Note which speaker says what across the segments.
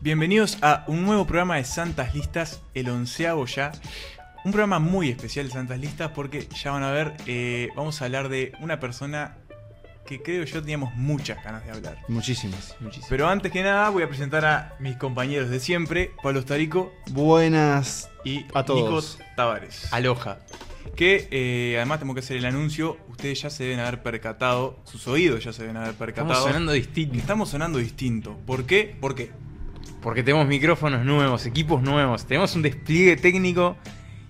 Speaker 1: Bienvenidos a un nuevo programa de Santas Listas, el onceavo ya. Un programa muy especial de Santas Listas porque ya van a ver, eh, vamos a hablar de una persona que creo yo teníamos muchas ganas de hablar.
Speaker 2: Muchísimas, muchísimas.
Speaker 1: Pero antes que nada voy a presentar a mis compañeros de siempre, Pablo Starico
Speaker 2: Buenas.
Speaker 1: y
Speaker 2: A todos.
Speaker 1: Nico Tavares.
Speaker 3: Aloja.
Speaker 1: Que eh, además tengo que hacer el anuncio, ustedes ya se deben haber percatado, sus oídos ya se deben haber percatado.
Speaker 3: Estamos sonando distinto.
Speaker 1: Estamos sonando distinto. ¿Por qué? ¿Por qué?
Speaker 3: Porque tenemos micrófonos nuevos, equipos nuevos. Tenemos un despliegue técnico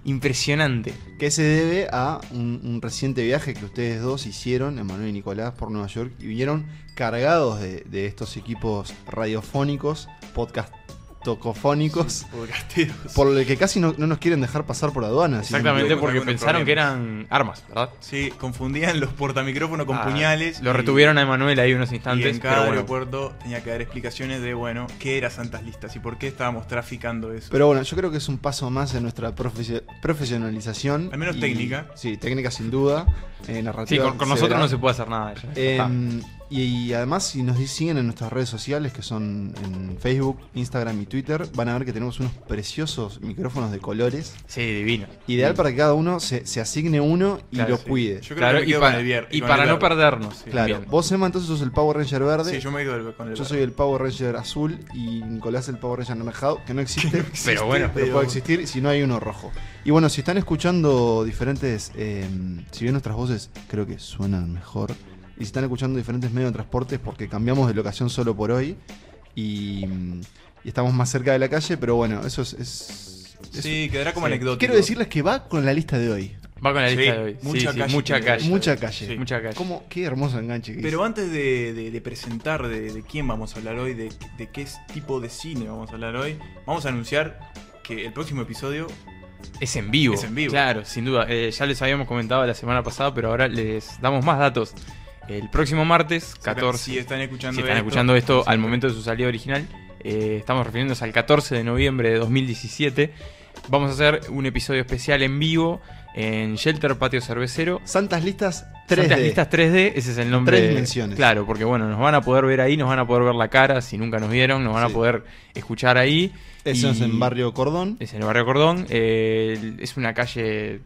Speaker 3: impresionante.
Speaker 2: Que se debe a un, un reciente viaje que ustedes dos hicieron, Emanuel y Nicolás, por Nueva York y vinieron cargados de, de estos equipos radiofónicos, podcast tocofónicos,
Speaker 1: Podcasteros.
Speaker 2: por lo que casi no, no nos quieren dejar pasar por aduanas.
Speaker 3: Exactamente
Speaker 1: con
Speaker 3: porque
Speaker 1: algunos
Speaker 3: pensaron que
Speaker 1: problemas.
Speaker 3: eran armas, ¿verdad?
Speaker 1: Sí, confundían los portamicrófonos con
Speaker 3: Ah,
Speaker 1: puñales.
Speaker 3: Lo
Speaker 1: y-
Speaker 3: retuvieron a Emanuel ahí unos
Speaker 1: Y
Speaker 3: instantes.
Speaker 1: en cada
Speaker 3: pero bueno,
Speaker 1: aeropuerto tenía que dar explicaciones de, bueno, qué era Santas Listas y por qué estábamos traficando eso.
Speaker 2: Pero bueno, yo creo que es un paso más en nuestra profe- profesionalización.
Speaker 1: Al menos técnica.
Speaker 2: Sí, técnica sin duda. eh,
Speaker 3: sí,
Speaker 2: narrativa.
Speaker 3: con, con
Speaker 2: se
Speaker 3: nosotros
Speaker 2: verá.
Speaker 3: no se puede hacer nada. ya.
Speaker 2: Eh,
Speaker 1: Em,
Speaker 3: Está.
Speaker 2: y, y además, si nos siguen en nuestras redes sociales, que son en Facebook, Instagram y Twitter, van a ver que tenemos unos preciosos micrófonos de colores.
Speaker 3: sí, divino.
Speaker 2: Ideal para que cada uno se, se asigne uno y
Speaker 3: Claro,
Speaker 2: lo
Speaker 3: sí.
Speaker 2: cuide.
Speaker 1: Yo creo
Speaker 3: Claro,
Speaker 1: que me
Speaker 3: y,
Speaker 1: quedo
Speaker 3: pa-
Speaker 1: con el vier-
Speaker 3: y
Speaker 1: con
Speaker 3: para
Speaker 1: el
Speaker 3: no
Speaker 1: verde.
Speaker 3: perdernos. sí,
Speaker 2: claro.
Speaker 3: bien.
Speaker 2: Vos, Emma, entonces sos el Power Ranger verde.
Speaker 1: Sí,
Speaker 2: yo,
Speaker 1: yo me quedo con el verde.
Speaker 2: soy el Power Ranger azul y Nicolás el Power Ranger anaranjado, que no existe.
Speaker 3: Pero bueno,
Speaker 2: pero puede existir si no hay uno rojo. Y bueno, si están escuchando diferentes, eh, si bien nuestras voces creo que suenan mejor, y si están escuchando diferentes medios de transporte es porque cambiamos de locación solo por hoy y, mm, y estamos más cerca de la calle, pero bueno, eso es... es- es-
Speaker 1: Sí, quedará como
Speaker 3: Sí.
Speaker 1: anecdótico.
Speaker 2: Quiero decirles que va con la lista de hoy.
Speaker 3: va con la
Speaker 1: Sí,
Speaker 3: lista de hoy. Sí,
Speaker 1: mucha
Speaker 3: sí,
Speaker 1: calle
Speaker 3: mucha
Speaker 1: tiene.
Speaker 3: calle.
Speaker 2: Mucha calle.
Speaker 1: Sí.
Speaker 3: Mucha calle.
Speaker 2: ¿Cómo? Qué hermoso enganche que
Speaker 1: Pero antes de, de- de presentar de, de quién vamos a hablar hoy, de, de qué tipo de cine vamos a hablar hoy, vamos a anunciar que el próximo episodio
Speaker 3: Es en vivo.
Speaker 1: Es en vivo.
Speaker 3: Claro, sin duda. Eh, ya les habíamos comentado la semana pasada, pero ahora les damos más datos. El próximo martes, 14.
Speaker 1: Si están escuchando,
Speaker 3: si están
Speaker 1: esto,
Speaker 3: escuchando esto
Speaker 1: sí.
Speaker 3: al momento de su salida original, eh, estamos refiriéndonos al 14 de noviembre de 2017. Vamos a hacer un episodio especial en vivo en Shelter Patio Cervecero.
Speaker 2: Santas listas 3D.
Speaker 3: Santas listas 3D, ese es el nombre.
Speaker 2: Tres dimensiones.
Speaker 3: Claro, porque bueno, nos van a poder ver ahí, nos van a poder ver la cara, si nunca nos vieron, nos van
Speaker 2: Sí.
Speaker 3: a poder escuchar ahí.
Speaker 2: Eso es
Speaker 3: Y-
Speaker 2: en Barrio Cordón.
Speaker 3: es en el barrio Cordón. eh, es una calle.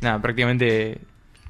Speaker 3: Nada, prácticamente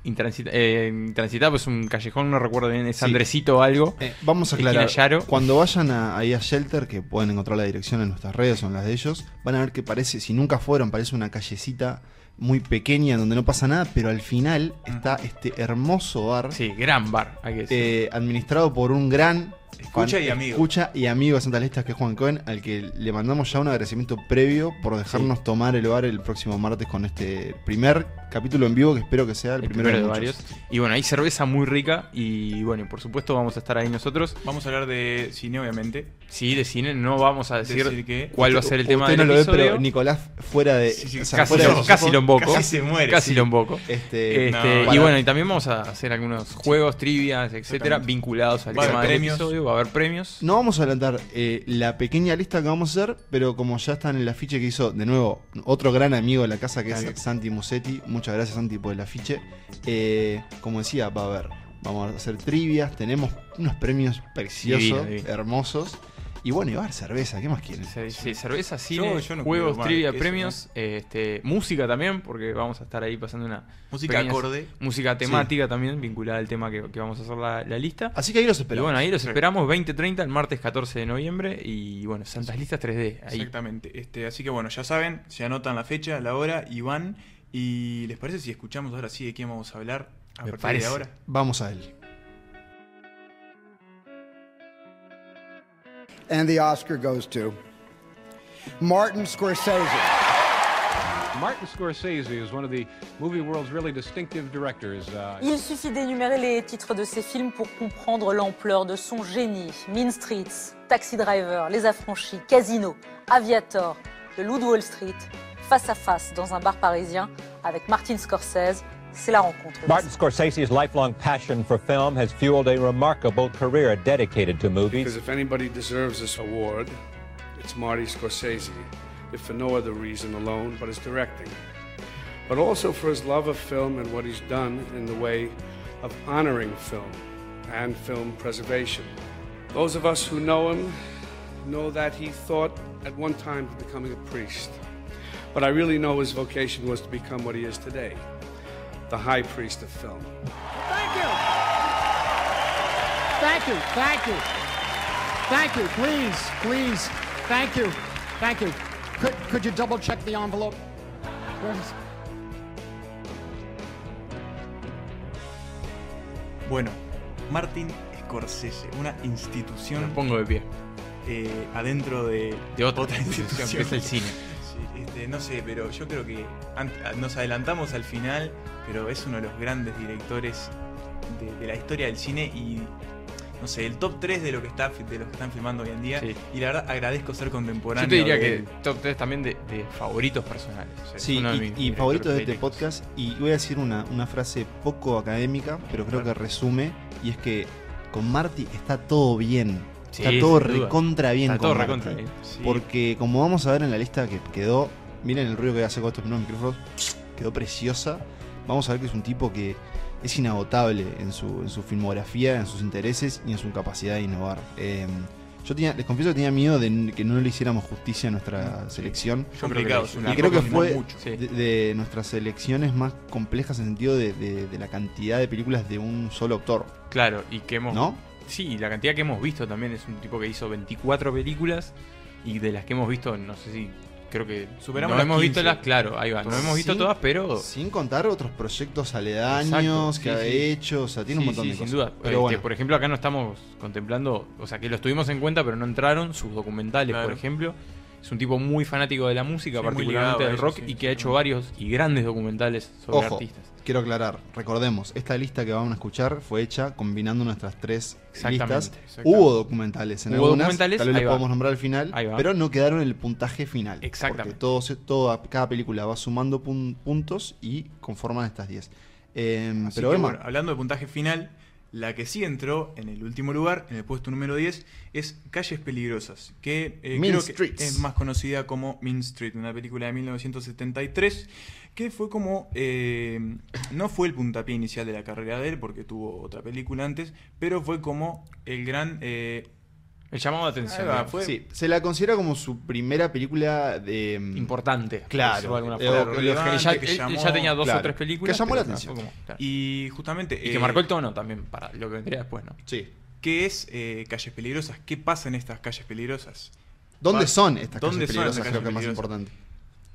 Speaker 3: intransita, eh, intransitada, pues un callejón, no recuerdo bien, es
Speaker 2: Sí.
Speaker 3: Andresito o algo.
Speaker 2: Eh, vamos a
Speaker 3: Esquina
Speaker 2: aclarar.
Speaker 3: Yaro.
Speaker 2: Cuando vayan a, ahí a Shelter, que pueden encontrar la dirección en nuestras redes o en las de ellos, van a ver que parece, si nunca fueron, parece una callecita muy pequeña donde no pasa nada, pero al final está este hermoso bar
Speaker 3: Sí, gran bar, hay que decir.
Speaker 2: eh, administrado por un gran
Speaker 1: Escucha
Speaker 2: fan-
Speaker 1: y amigo.
Speaker 2: Escucha y amigo de Santas Listas que es Juan Cohen, al que le mandamos ya un agradecimiento previo por dejarnos tomar el bar el próximo martes con este primer capítulo en vivo, que espero que sea el,
Speaker 3: el
Speaker 2: primero,
Speaker 3: primero de
Speaker 2: muchos.
Speaker 3: varios. Y bueno, hay cerveza muy rica. Y bueno, y por supuesto, vamos a estar ahí nosotros.
Speaker 1: Vamos a hablar de cine, obviamente.
Speaker 3: Sí, de cine, no vamos a decir,
Speaker 1: Decir, que
Speaker 3: cuál va a ser el
Speaker 2: Usted
Speaker 3: tema del
Speaker 2: no lo ve,
Speaker 3: episodio.
Speaker 2: pero Nicolás fuera de.
Speaker 1: Sí, sí,
Speaker 3: casi,
Speaker 2: fuera
Speaker 3: lo,
Speaker 2: de-
Speaker 3: casi lo emboco.
Speaker 1: casi
Speaker 3: Casi,
Speaker 1: se muere. sí.
Speaker 3: lo emboco.
Speaker 2: Este,
Speaker 1: no,
Speaker 3: Este, y
Speaker 2: para-
Speaker 3: bueno, y también vamos a hacer algunos juegos, trivias, etcétera,
Speaker 1: Exactamente.
Speaker 3: vinculados al
Speaker 1: Va a haber
Speaker 3: tema del
Speaker 1: premios.
Speaker 3: episodio. Va a haber premios.
Speaker 2: No vamos a adelantar eh, la pequeña lista que vamos a hacer, pero como ya está en el afiche que hizo, de nuevo, otro gran amigo de la casa que
Speaker 1: Claro.
Speaker 2: es Santi Musetti. Muchas gracias, Santi, por el afiche. Eh, como decía, va a haber, vamos a hacer trivias, tenemos unos premios preciosos,
Speaker 3: Divino, divino.
Speaker 2: hermosos. Y bueno, y va a haber cerveza, ¿qué más quieren?
Speaker 3: Se- se- cerveza, cine,
Speaker 1: yo no
Speaker 3: juegos,
Speaker 1: cuido más
Speaker 3: trivia,
Speaker 1: que eso,
Speaker 3: premios, este, música también, porque vamos a estar ahí pasando una
Speaker 1: Música
Speaker 3: pequeñas-
Speaker 1: acorde.
Speaker 3: música temática también vinculada al tema que, que vamos a hacer la, la lista.
Speaker 2: Así que ahí los
Speaker 3: Pero
Speaker 2: esperamos.
Speaker 3: bueno, ahí los
Speaker 1: Sí.
Speaker 3: esperamos 20.30 el martes 14 de noviembre y bueno, Santas Listas 3D. Ahí.
Speaker 1: Exactamente. Este, así que bueno, ya saben, se anotan la fecha, la hora y van. ¿Y les parece si escuchamos ahora sí de quién vamos a hablar a
Speaker 3: Me
Speaker 1: partir
Speaker 3: parece.
Speaker 1: de ahora?
Speaker 2: Vamos a él.
Speaker 4: And the Oscar goes to Martin Scorsese.
Speaker 5: Martin Scorsese is one of the movie world's really distinctive directors. Uh,
Speaker 6: Il suffit d'énumérer les titres de ses films pour comprendre l'ampleur de son génie. Mean Streets, Taxi Driver, Les Affranchis, Casino, Aviator, Le Loup de Wall Street, Face à Face dans un bar parisien avec Martin Scorsese, c'est la rencontre.
Speaker 7: Martin Scorsese's lifelong passion for film has fueled a remarkable career dedicated to
Speaker 8: Because
Speaker 7: movies.
Speaker 8: if anybody deserves this award, it's Marty Scorsese, if for no other reason alone but his directing, but also for his love of film and what he's done in the way of honoring film and film preservation. Those of us who know him know that he thought at one time of becoming a priest. But I really know his vocation was to become what he is today the high priest of film.
Speaker 9: Thank you. Thank you. Thank you. Thank you. Please, please. Thank you. Thank you. Could, could you double check the envelope? Where is-
Speaker 1: Bueno, Martin Scorsese, una institución
Speaker 3: Me pongo de pie.
Speaker 1: eh, adentro de,
Speaker 3: De otra, institución, que es el cine.
Speaker 1: Sí, este, no sé, pero yo creo que an- nos adelantamos al final, pero es uno de los grandes directores de, de la historia del cine y no sé, el top 3 de lo que está fi- de los que están filmando hoy en día.
Speaker 3: Sí.
Speaker 1: Y la verdad agradezco ser contemporáneo.
Speaker 3: Yo te diría
Speaker 1: de
Speaker 3: que
Speaker 1: él.
Speaker 3: top 3 también de, de favoritos personales. O sea, es
Speaker 2: Sí,
Speaker 3: uno de
Speaker 2: y-
Speaker 3: mis
Speaker 2: y,
Speaker 3: directores
Speaker 2: favorito de este
Speaker 3: predilectos.
Speaker 2: podcast. Y voy a decir una, una frase poco académica, pero creo que resume. Y es que con Marty está todo bien.
Speaker 3: Sí,
Speaker 2: está todo
Speaker 3: sin duda.
Speaker 2: recontra bien
Speaker 3: Está
Speaker 2: con
Speaker 3: todo
Speaker 2: Marty.
Speaker 3: recontra bien.
Speaker 1: Sí.
Speaker 2: Porque como vamos a ver en la lista que quedó, miren el ruido que hace con estos nuevos micrófonos, quedó preciosa. Vamos a ver que es un tipo que es inagotable en su, en su filmografía, en sus intereses y en su capacidad de innovar. Eh, yo tenía, les confieso que tenía miedo de n- que no le hiciéramos justicia a
Speaker 3: Mm,
Speaker 2: nuestra selección.
Speaker 1: Es
Speaker 3: Yo creo que
Speaker 1: complicado,
Speaker 3: lo-
Speaker 1: es
Speaker 3: y
Speaker 1: una
Speaker 2: creo que
Speaker 1: cosa no
Speaker 2: fue-
Speaker 1: mucho.
Speaker 3: Sí.
Speaker 2: De, de nuestras selecciones más complejas en sentido de, de- de la cantidad de películas de un solo autor,
Speaker 3: Claro, y que hemos.
Speaker 2: ¿no?
Speaker 3: Sí, la cantidad que hemos visto también es un tipo que hizo 24 películas y de las que hemos visto, no sé si. Creo que.
Speaker 1: Superamos
Speaker 3: no
Speaker 1: las
Speaker 3: hemos visto
Speaker 1: 15.
Speaker 3: las, claro, ahí va. No hemos visto
Speaker 2: Sí.
Speaker 3: todas, pero.
Speaker 2: Sin contar otros proyectos aledaños
Speaker 3: Exacto,
Speaker 2: que
Speaker 3: sí,
Speaker 2: ha
Speaker 3: sí.
Speaker 2: hecho, o sea, tiene un
Speaker 3: Sí,
Speaker 2: montón
Speaker 3: sí,
Speaker 2: de
Speaker 3: sin
Speaker 2: cosas.
Speaker 3: duda.
Speaker 2: Pero
Speaker 3: Este,
Speaker 2: bueno.
Speaker 3: Por ejemplo, acá no estamos contemplando, o sea, que los tuvimos en cuenta, pero no entraron, sus documentales,
Speaker 1: Claro.
Speaker 3: por ejemplo. Es un tipo muy fanático de la música,
Speaker 1: Sí, muy ligado
Speaker 3: particularmente
Speaker 1: a
Speaker 3: del
Speaker 1: eso,
Speaker 3: rock,
Speaker 1: sí,
Speaker 3: y que
Speaker 1: sí,
Speaker 3: ha hecho
Speaker 1: sí.
Speaker 3: varios y grandes documentales sobre
Speaker 2: Ojo,
Speaker 3: artistas.
Speaker 2: quiero aclarar, recordemos, esta lista que vamos a escuchar fue hecha combinando nuestras tres
Speaker 3: Exactamente,
Speaker 2: listas.
Speaker 3: exactamente.
Speaker 2: Hubo documentales en
Speaker 3: Hubo
Speaker 2: algunas,
Speaker 3: documentales,
Speaker 2: tal vez
Speaker 3: ahí
Speaker 2: los
Speaker 3: va.
Speaker 2: podemos nombrar al final,
Speaker 3: Ahí va.
Speaker 2: pero no quedaron en el puntaje final.
Speaker 3: Exactamente.
Speaker 2: Porque todo, se- toda, cada película va sumando pun- puntos y conforman estas 10. Eh,
Speaker 1: Así
Speaker 2: pero
Speaker 1: que,
Speaker 2: Emma,
Speaker 1: bueno, hablando de puntaje final, la que sí entró en el último lugar, en el puesto número 10, es Calles Peligrosas, que eh,
Speaker 2: Mean
Speaker 1: creo
Speaker 2: Streets.
Speaker 1: que es más conocida como Mean Street, una película de 1973, que fue como... eh, no fue el puntapié inicial de la carrera de él, porque tuvo otra película antes, pero fue como el gran... eh,
Speaker 3: El llamado de atención. eh,
Speaker 1: Ahí va,
Speaker 3: digamos.
Speaker 1: fue-
Speaker 2: sí, se la considera como su primera película de... mm,
Speaker 3: Importante. por
Speaker 2: Claro.
Speaker 3: decirlo de alguna
Speaker 2: Eh,
Speaker 3: forma.
Speaker 2: o que
Speaker 3: Lo que ya,
Speaker 1: relevante, que
Speaker 3: él- él
Speaker 1: llamó-
Speaker 3: ya tenía dos
Speaker 2: claro,
Speaker 3: o tres películas.
Speaker 2: que llamó la
Speaker 3: pero,
Speaker 2: atención.
Speaker 3: fue como- claro. y,
Speaker 1: y justamente...
Speaker 3: que
Speaker 1: eh,
Speaker 3: marcó el tono también para lo que vendría después, ¿no?
Speaker 2: Sí.
Speaker 1: ¿Qué es eh, Calles Peligrosas? ¿Qué pasa en estas Calles Peligrosas?
Speaker 2: ¿Dónde
Speaker 1: Va-
Speaker 2: son estas
Speaker 1: ¿Dónde son
Speaker 2: calles peligrosas?
Speaker 1: estas
Speaker 2: Creo que
Speaker 1: calles
Speaker 2: es más
Speaker 1: peligrosas?
Speaker 2: importante.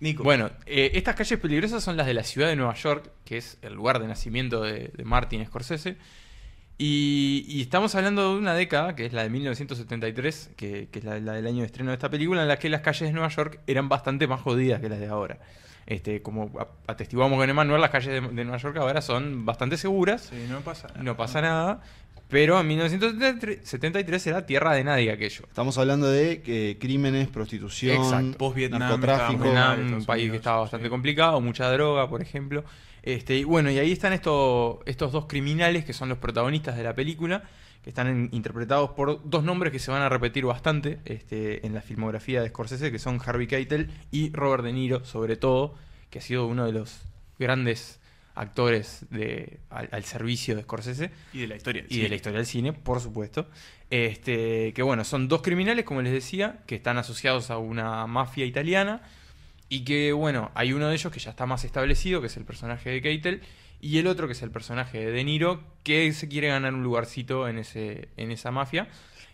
Speaker 1: Nico.
Speaker 3: Bueno, eh, estas calles peligrosas son las de la ciudad de Nueva York, que es el lugar de nacimiento de, de Martin Scorsese. Y, y estamos hablando de una década, que es la de 1973, que, que es la, la del año de estreno de esta película, en la que las calles de Nueva York eran bastante más jodidas que las de ahora. Este, como a- atestiguamos con Emanuel, las calles de, de Nueva York ahora son bastante seguras.
Speaker 1: Sí, no pasa nada.
Speaker 3: No pasa nada. Pero en 1973 era tierra de nadie aquello.
Speaker 2: Estamos hablando de eh, crímenes, prostitución,
Speaker 3: Exacto.
Speaker 1: Post-Vietnam,
Speaker 2: narcotráfico.
Speaker 1: estábamos
Speaker 3: Vietnam,
Speaker 1: mal,
Speaker 3: un
Speaker 1: Estados
Speaker 3: país
Speaker 1: Unidos,
Speaker 3: que estaba bastante
Speaker 1: sí.
Speaker 3: complicado, mucha droga, por ejemplo. Este, y bueno, y ahí están estos, estos dos criminales que son los protagonistas de la película, que están en- interpretados por dos nombres que se van a repetir bastante este, en la filmografía de Scorsese, que son Harvey Keitel y Robert De Niro, sobre todo, que ha sido uno de los grandes actores de, al- al servicio de Scorsese
Speaker 1: Y de la historia.
Speaker 3: y de la historia del cine, por supuesto. Este, que bueno, son dos criminales, como les decía, que están asociados a una mafia italiana. Y que bueno, hay uno de ellos que ya está más establecido, que es el personaje de Keitel, y el otro que es el personaje de De Niro, que se quiere ganar un lugarcito en, ese, en esa mafia.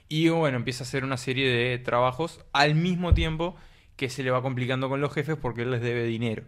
Speaker 3: Y bueno, empieza a hacer una serie de trabajos al mismo tiempo que se le va complicando con los jefes porque él les debe dinero.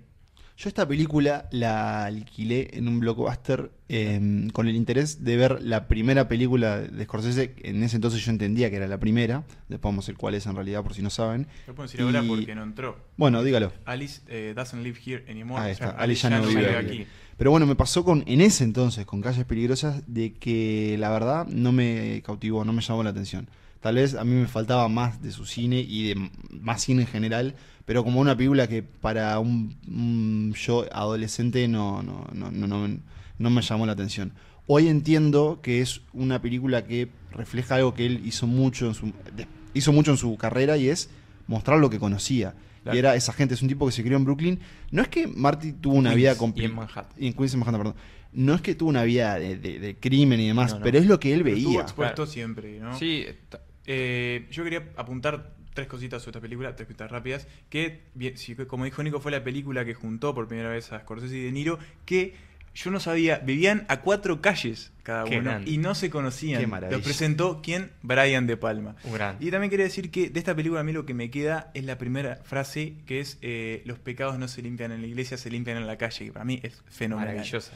Speaker 2: Yo esta película la alquilé en un blockbuster eh, con el interés de ver la primera película de Scorsese. En ese entonces yo entendía que era la primera. Después vamos a ver cuál es en realidad por si no saben.
Speaker 1: Yo puedo decir ahora
Speaker 2: Y-
Speaker 1: porque no entró.
Speaker 2: Bueno, dígalo.
Speaker 1: Alice eh, doesn't live here anymore.
Speaker 2: Ahí está,
Speaker 1: O sea,
Speaker 2: Alice ya no
Speaker 1: vive
Speaker 2: vive aquí. Pero bueno, me pasó con en ese entonces con Calles Peligrosas de que la verdad no me cautivó, no me llamó la atención. Tal vez a mí me faltaba más de su cine y de m- más cine en general, pero como una película que para un, un yo adolescente no, no, no, no, no, no me llamó la atención. Hoy entiendo que es una película que refleja algo que él hizo mucho en su, de- hizo mucho en su carrera y es mostrar lo que conocía.
Speaker 3: Claro.
Speaker 2: Y era esa gente, es un tipo que se crió en Brooklyn. No es que Marty tuvo una
Speaker 3: Queens
Speaker 2: vida
Speaker 3: y en
Speaker 2: complicada
Speaker 3: Manhattan.
Speaker 2: y en Queens y Manhattan, perdón. No es que tuvo una vida de, de- de crimen y demás,
Speaker 3: No, no.
Speaker 2: pero es lo que él
Speaker 1: Pero estuvo
Speaker 2: veía.
Speaker 1: expuesto
Speaker 3: Claro.
Speaker 1: siempre, ¿no?
Speaker 3: Sí, t-
Speaker 1: Eh, yo quería apuntar tres cositas sobre esta película, tres cositas rápidas, que, bien, si- como dijo Nico, fue la película que juntó por primera vez a Scorsese y De Niro, que yo no sabía, vivían a cuatro calles cada
Speaker 3: Qué
Speaker 1: uno
Speaker 3: grande.
Speaker 1: y no se conocían.
Speaker 2: Qué maravilla.
Speaker 1: Los presentó, ¿quién? Brian De Palma.
Speaker 3: Un gran.
Speaker 1: Y también quería decir que de esta película a mí lo que me queda es la primera frase que es eh, los pecados no se limpian en la iglesia, se limpian en la calle, que para mí es fenomenal.
Speaker 3: Maravillosa.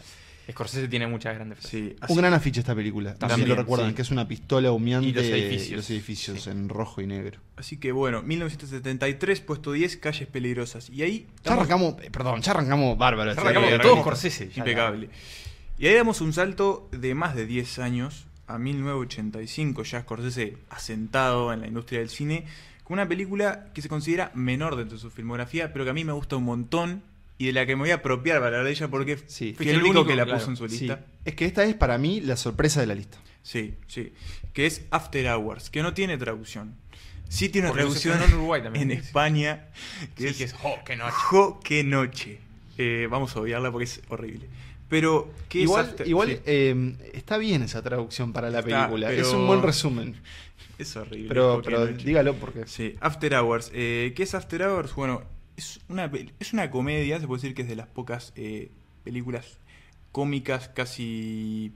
Speaker 3: Scorsese tiene muchas grandes frases.
Speaker 1: Sí, así-
Speaker 2: Un gran afiche esta película, si
Speaker 1: También,
Speaker 2: lo recuerdan,
Speaker 1: sí.
Speaker 2: que es una pistola humeante
Speaker 3: Y los edificios.
Speaker 2: y los edificios en rojo y negro.
Speaker 1: Así que bueno, 1973, puesto 10, calles peligrosas. Y ahí
Speaker 2: Ya
Speaker 1: estamos-
Speaker 2: arrancamos, eh, perdón, ya arrancamos bárbaro.
Speaker 3: Ya
Speaker 2: este
Speaker 3: arrancamos
Speaker 2: video,
Speaker 3: con todo
Speaker 2: ¿no?
Speaker 3: Scorsese. ya la-
Speaker 1: impecable. Y ahí damos un salto de más de 10 años a 1985, ya Scorsese asentado en la industria del cine, con una película que se considera menor dentro de su filmografía, pero que a mí me gusta un montón y de la que me voy a apropiar para hablar de ella porque fui
Speaker 2: Sí.
Speaker 3: Fuiste
Speaker 1: el
Speaker 3: el
Speaker 1: único,
Speaker 3: único,
Speaker 1: que la
Speaker 3: claro.
Speaker 1: puso en su
Speaker 2: Sí.
Speaker 1: lista.
Speaker 2: Es que esta es para mí la sorpresa de la lista.
Speaker 1: Sí, sí. Que es After Hours, que no tiene traducción. Sí tiene una
Speaker 3: Porque no se
Speaker 1: traducción
Speaker 3: estrenó en Uruguay también.
Speaker 1: en España, que
Speaker 3: Sí,
Speaker 1: es,
Speaker 3: que es, "Jo, qué noche".
Speaker 1: "Jo, qué noche". Eh, vamos a obviarla porque es horrible. Pero, ¿qué es
Speaker 2: Igual,
Speaker 1: After-
Speaker 2: igual
Speaker 1: sí,
Speaker 2: eh, está bien esa traducción para la
Speaker 1: Está,
Speaker 2: película.
Speaker 1: pero-
Speaker 2: Es un buen resumen.
Speaker 1: es horrible.
Speaker 2: Pero,
Speaker 1: "Jo, qué
Speaker 2: pero
Speaker 1: noche".
Speaker 2: dígalo porque.
Speaker 1: Sí, After Hours. Eh, ¿Qué es After Hours? Bueno, es una, pel- es una comedia, se puede decir que es de las pocas eh, películas cómicas casi...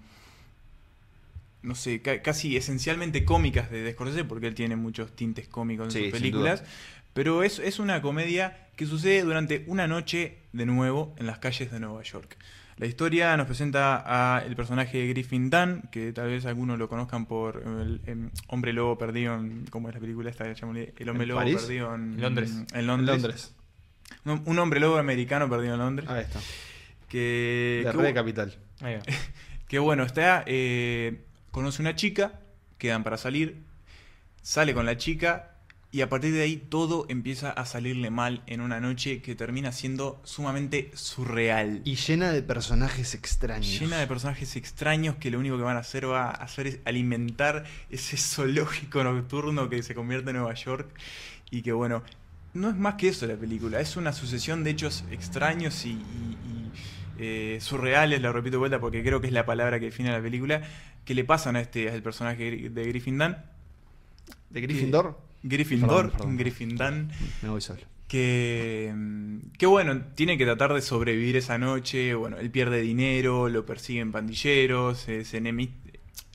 Speaker 1: No sé, ca- casi esencialmente cómicas de, de Scorsese, porque él tiene muchos tintes cómicos en
Speaker 2: Sí,
Speaker 1: sus
Speaker 2: sin
Speaker 1: películas. Pero es, es una comedia que sucede durante una noche de nuevo en las calles de Nueva York. La historia nos presenta a el personaje de Griffin Dunn, que tal vez algunos lo conozcan por el, em, Hombre Lobo Perdido en... ¿Cómo es la película esta? Llamémosle El Hombre
Speaker 2: ¿En
Speaker 1: Lobo
Speaker 2: París?
Speaker 1: Perdido en
Speaker 3: Londres.
Speaker 1: En Londres.
Speaker 2: Londres.
Speaker 1: Un, un Hombre Lobo americano perdido en Londres.
Speaker 2: Ahí está.
Speaker 1: que,
Speaker 2: La
Speaker 1: que
Speaker 2: red
Speaker 1: bu-
Speaker 2: capital.
Speaker 3: Ahí va.
Speaker 1: que bueno, está. eh, conoce una chica, quedan para salir, sale con la chica. Y a partir de ahí todo empieza a salirle mal en una noche que termina siendo sumamente surreal.
Speaker 2: Y llena de personajes extraños.
Speaker 1: llena de personajes extraños que lo único que van a hacer va a hacer es alimentar ese zoológico nocturno que se convierte en Nueva York y que bueno, no es más que eso la película, es una sucesión de hechos extraños y, y- y, eh, surreales, la repito de vuelta porque creo que es la palabra que define la película, que le pasan a este al personaje de Gryffindor,
Speaker 2: ¿De Gryffindor?
Speaker 1: Gryffindor,
Speaker 2: Perdón, perdón.
Speaker 1: Gryffindor
Speaker 2: Me voy solo.
Speaker 1: que, mm, que bueno, tiene que tratar de sobrevivir esa noche, bueno, él pierde dinero, lo persiguen pandilleros, eh, se enemi-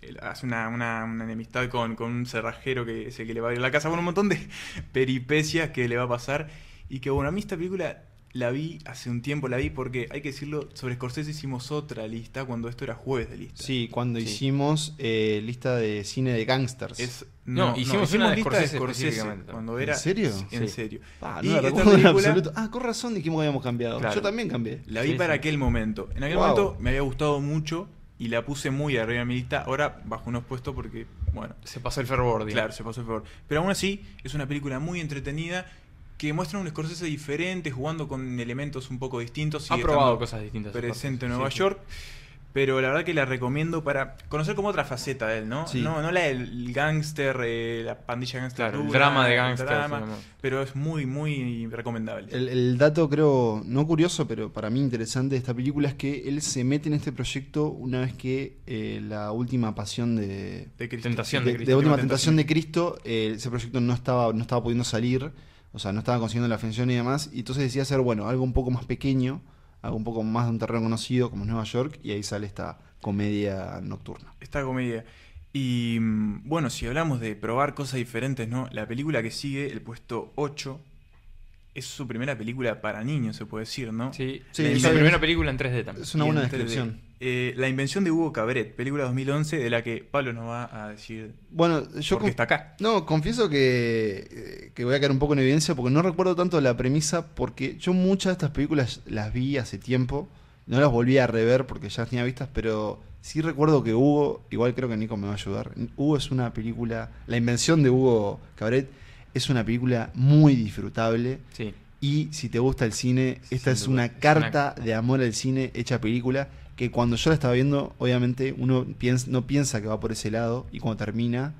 Speaker 1: él hace una, una- una enemistad con, con un cerrajero que es el que le va a abrir la casa, bueno, un montón de peripecias que le va a pasar y que bueno, a mí esta película la vi hace un tiempo, la vi porque hay que decirlo, sobre Scorsese hicimos otra lista cuando esto era jueves de lista.
Speaker 2: Sí, cuando
Speaker 1: Sí.
Speaker 2: hicimos eh, lista de cine de gangsters.
Speaker 1: Es-
Speaker 3: No, hicimos una de
Speaker 1: lista
Speaker 3: Scorsese específicamente.
Speaker 1: cuando
Speaker 2: ¿En
Speaker 1: era
Speaker 2: serio?
Speaker 1: en
Speaker 3: Sí.
Speaker 1: serio.
Speaker 2: Ah,
Speaker 1: Y
Speaker 2: no la
Speaker 1: esta
Speaker 2: recuerdo en
Speaker 1: película-
Speaker 2: absoluto. Ah, con razón dijimos que habíamos cambiado.
Speaker 3: Claro.
Speaker 2: Yo también cambié.
Speaker 1: La vi
Speaker 3: Sí,
Speaker 1: para
Speaker 3: sí.
Speaker 1: aquel momento. En aquel
Speaker 2: Wow.
Speaker 1: momento me había gustado mucho y la puse muy arriba de mi lista. Ahora bajo unos puestos porque, bueno,
Speaker 3: Se pasó el fervor, digamos.
Speaker 1: claro, se pasó el favor. Pero aún así, es una película muy entretenida que muestra un Scorsese diferente, jugando con elementos un poco distintos.
Speaker 3: Ha
Speaker 1: sigue
Speaker 3: probado
Speaker 1: estando
Speaker 3: cosas distintas.
Speaker 1: Presente en
Speaker 3: Sí,
Speaker 1: Nueva
Speaker 3: sí.
Speaker 1: York. Pero la verdad que la recomiendo para conocer como otra faceta de él, ¿no?
Speaker 2: Sí.
Speaker 1: No, no la del gángster, eh, la pandilla gángster.
Speaker 3: Claro, el
Speaker 1: dura,
Speaker 3: drama de
Speaker 1: el
Speaker 3: gangsters.
Speaker 1: drama,
Speaker 3: digamos.
Speaker 1: Pero es muy, muy recomendable.
Speaker 2: El, el dato creo, no curioso, pero para mí interesante de esta película es que él se mete en este proyecto una vez que eh, la última pasión de...
Speaker 1: de Cristo.
Speaker 3: Tentación
Speaker 2: de-
Speaker 3: de
Speaker 2: de
Speaker 3: Cristo.
Speaker 2: última tentación de Cristo, eh, ese proyecto no estaba, no estaba pudiendo salir, o sea, no estaba consiguiendo la función y demás, y entonces decía hacer, bueno, algo un poco más pequeño, algo un poco más de un terreno conocido como es Nueva York, y ahí sale esta comedia nocturna.
Speaker 1: esta comedia. Y mm, bueno, si hablamos de probar cosas diferentes, ¿no? La película que sigue, el puesto 8, es su primera película para niños, se puede decir, ¿no?
Speaker 3: Sí,
Speaker 2: Sí,
Speaker 3: es
Speaker 2: sí,
Speaker 3: la
Speaker 2: sí.
Speaker 3: primera película en 3D también.
Speaker 2: Es una buena
Speaker 1: Y en 3D.
Speaker 2: descripción.
Speaker 1: Eh, la invención de Hugo Cabret, película 2011, de la que Pablo nos va a decir
Speaker 2: Bueno, yo
Speaker 1: porque
Speaker 2: con-
Speaker 1: está acá.
Speaker 2: No, confieso que, eh, que voy a caer un poco en evidencia porque no recuerdo tanto la premisa porque yo muchas de estas películas las vi hace tiempo, no las volví a rever porque ya las tenía vistas, pero sí recuerdo que Hugo, igual creo que Nico me va a ayudar, Hugo es una película, la invención de Hugo Cabret es una película muy disfrutable
Speaker 3: Sí.
Speaker 2: y si te gusta el cine, esta
Speaker 3: Sin
Speaker 2: es
Speaker 3: duda,
Speaker 2: una
Speaker 3: es una-
Speaker 2: carta de amor al cine hecha película que cuando yo la estaba viendo, obviamente uno piens- no piensa que va por ese lado y cuando termina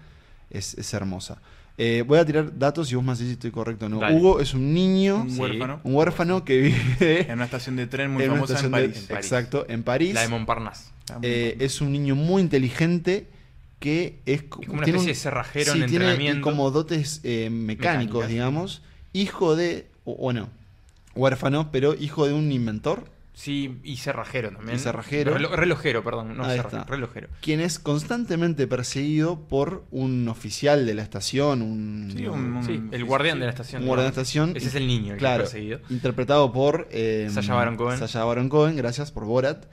Speaker 2: es, es hermosa. Eh, voy a tirar datos y vos me decís si estoy correcto o no.
Speaker 3: Dale.
Speaker 2: Hugo es un niño,
Speaker 1: Un
Speaker 3: Sí.
Speaker 1: huérfano.
Speaker 2: un huérfano que
Speaker 1: En
Speaker 2: vive
Speaker 1: una estación de tren muy
Speaker 2: en una
Speaker 1: famosa en
Speaker 2: estación de-
Speaker 1: París.
Speaker 3: París.
Speaker 2: Exacto, en París.
Speaker 3: La de Montparnasse.
Speaker 1: Está muy
Speaker 2: Eh,
Speaker 1: bueno.
Speaker 2: es un niño muy inteligente que es, co-
Speaker 3: Es como una
Speaker 2: tiene
Speaker 3: especie de cerrajero en
Speaker 2: sí, tiene
Speaker 3: entrenamiento.
Speaker 2: como dotes eh, mecánicos,
Speaker 3: Mecánicas.
Speaker 2: digamos. Hijo de, o- bueno, huérfano, pero hijo de un inventor,
Speaker 3: Sí, y cerrajero también.
Speaker 2: Y cerrajero.
Speaker 3: Relo- relojero, perdón. No,
Speaker 2: Ahí
Speaker 3: cerrajero,
Speaker 2: está.
Speaker 3: relojero.
Speaker 2: quien es constantemente perseguido por un oficial de la estación, un,
Speaker 1: Sí, un-
Speaker 3: Sí,
Speaker 1: Mm,
Speaker 3: el
Speaker 1: sí,
Speaker 3: guardián
Speaker 1: sí.
Speaker 3: de la estación.
Speaker 2: un guardia de la
Speaker 3: digamos.
Speaker 2: estación.
Speaker 3: Ese es el niño, el
Speaker 2: claro,
Speaker 3: que está perseguido.
Speaker 2: interpretado por eh,
Speaker 3: Sacha Baron Cohen.
Speaker 2: Sacha Baron Cohen, gracias por Borat.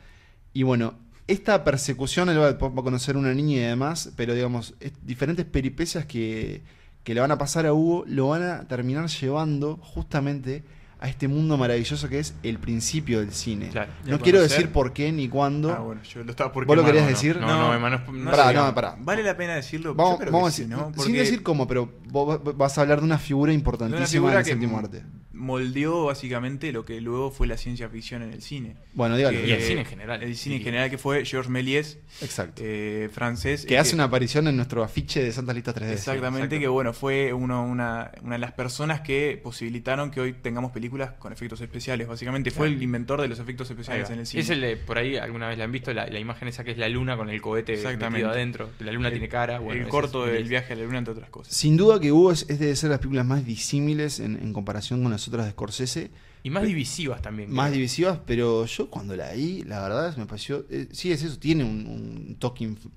Speaker 2: Y bueno, esta persecución él va va a conocer una niña y demás, pero digamos, es- diferentes peripecias que, que le van a pasar a Hugo lo van a terminar llevando justamente a este mundo maravilloso que es el principio del cine.
Speaker 3: Claro.
Speaker 1: Y a
Speaker 2: eh, No quiero
Speaker 1: conocer-
Speaker 2: decir por qué ni cuándo.
Speaker 1: Ah, bueno, yo lo estaba por
Speaker 2: ¿Vos lo
Speaker 1: quemar,
Speaker 2: querías
Speaker 1: ¿o no?
Speaker 2: decir?
Speaker 3: No,
Speaker 1: No.
Speaker 3: no, hermano, no,
Speaker 1: No
Speaker 2: Pará,
Speaker 1: sé,
Speaker 2: no,
Speaker 1: digamos,
Speaker 2: pará.
Speaker 1: Vale la pena decirlo. Yo
Speaker 2: Vamos,
Speaker 1: creo que
Speaker 2: vamos a
Speaker 1: sí,
Speaker 2: decir,
Speaker 1: ¿no?
Speaker 2: sin
Speaker 1: Porque
Speaker 2: decir cómo, pero vos va- vas a hablar de una figura
Speaker 1: es una
Speaker 2: importantísima
Speaker 1: figura
Speaker 2: del
Speaker 1: que
Speaker 2: séptimo arte.
Speaker 1: moldeó básicamente lo que luego fue la ciencia ficción en el cine.
Speaker 2: Bueno, dígalo.
Speaker 1: Que-
Speaker 3: Y el cine en general.
Speaker 1: El cine
Speaker 3: Sí.
Speaker 1: en general que fue Georges Méliès,
Speaker 2: Exacto.
Speaker 1: eh, francés.
Speaker 2: que
Speaker 1: eh,
Speaker 2: hace una aparición en nuestro afiche de Santas Listas 3D.
Speaker 1: Exactamente,
Speaker 3: exacto.
Speaker 1: que bueno, fue uno- una, una de las personas que posibilitaron que hoy tengamos películas con efectos especiales. Básicamente fue el inventor de los efectos
Speaker 3: Ahí
Speaker 1: especiales
Speaker 3: va.
Speaker 1: en el cine.
Speaker 3: Es el de, por ahí alguna vez la han visto, la, la imagen esa que es la luna con el cohete
Speaker 1: Exactamente.
Speaker 3: metido adentro. La luna
Speaker 1: El-
Speaker 3: tiene cara. Bueno,
Speaker 1: el
Speaker 3: ese
Speaker 1: corto
Speaker 3: es-
Speaker 1: del viaje a la luna, entre otras cosas.
Speaker 2: Sin duda que Hugo es, es de ser las películas más disímiles en, en comparación con las otras de Scorsese,
Speaker 3: Y más divisivas también.
Speaker 2: más
Speaker 3: creo.
Speaker 2: divisivas, pero yo cuando la vi, la verdad me pareció, eh, sí es eso, tiene un, un toque, inf-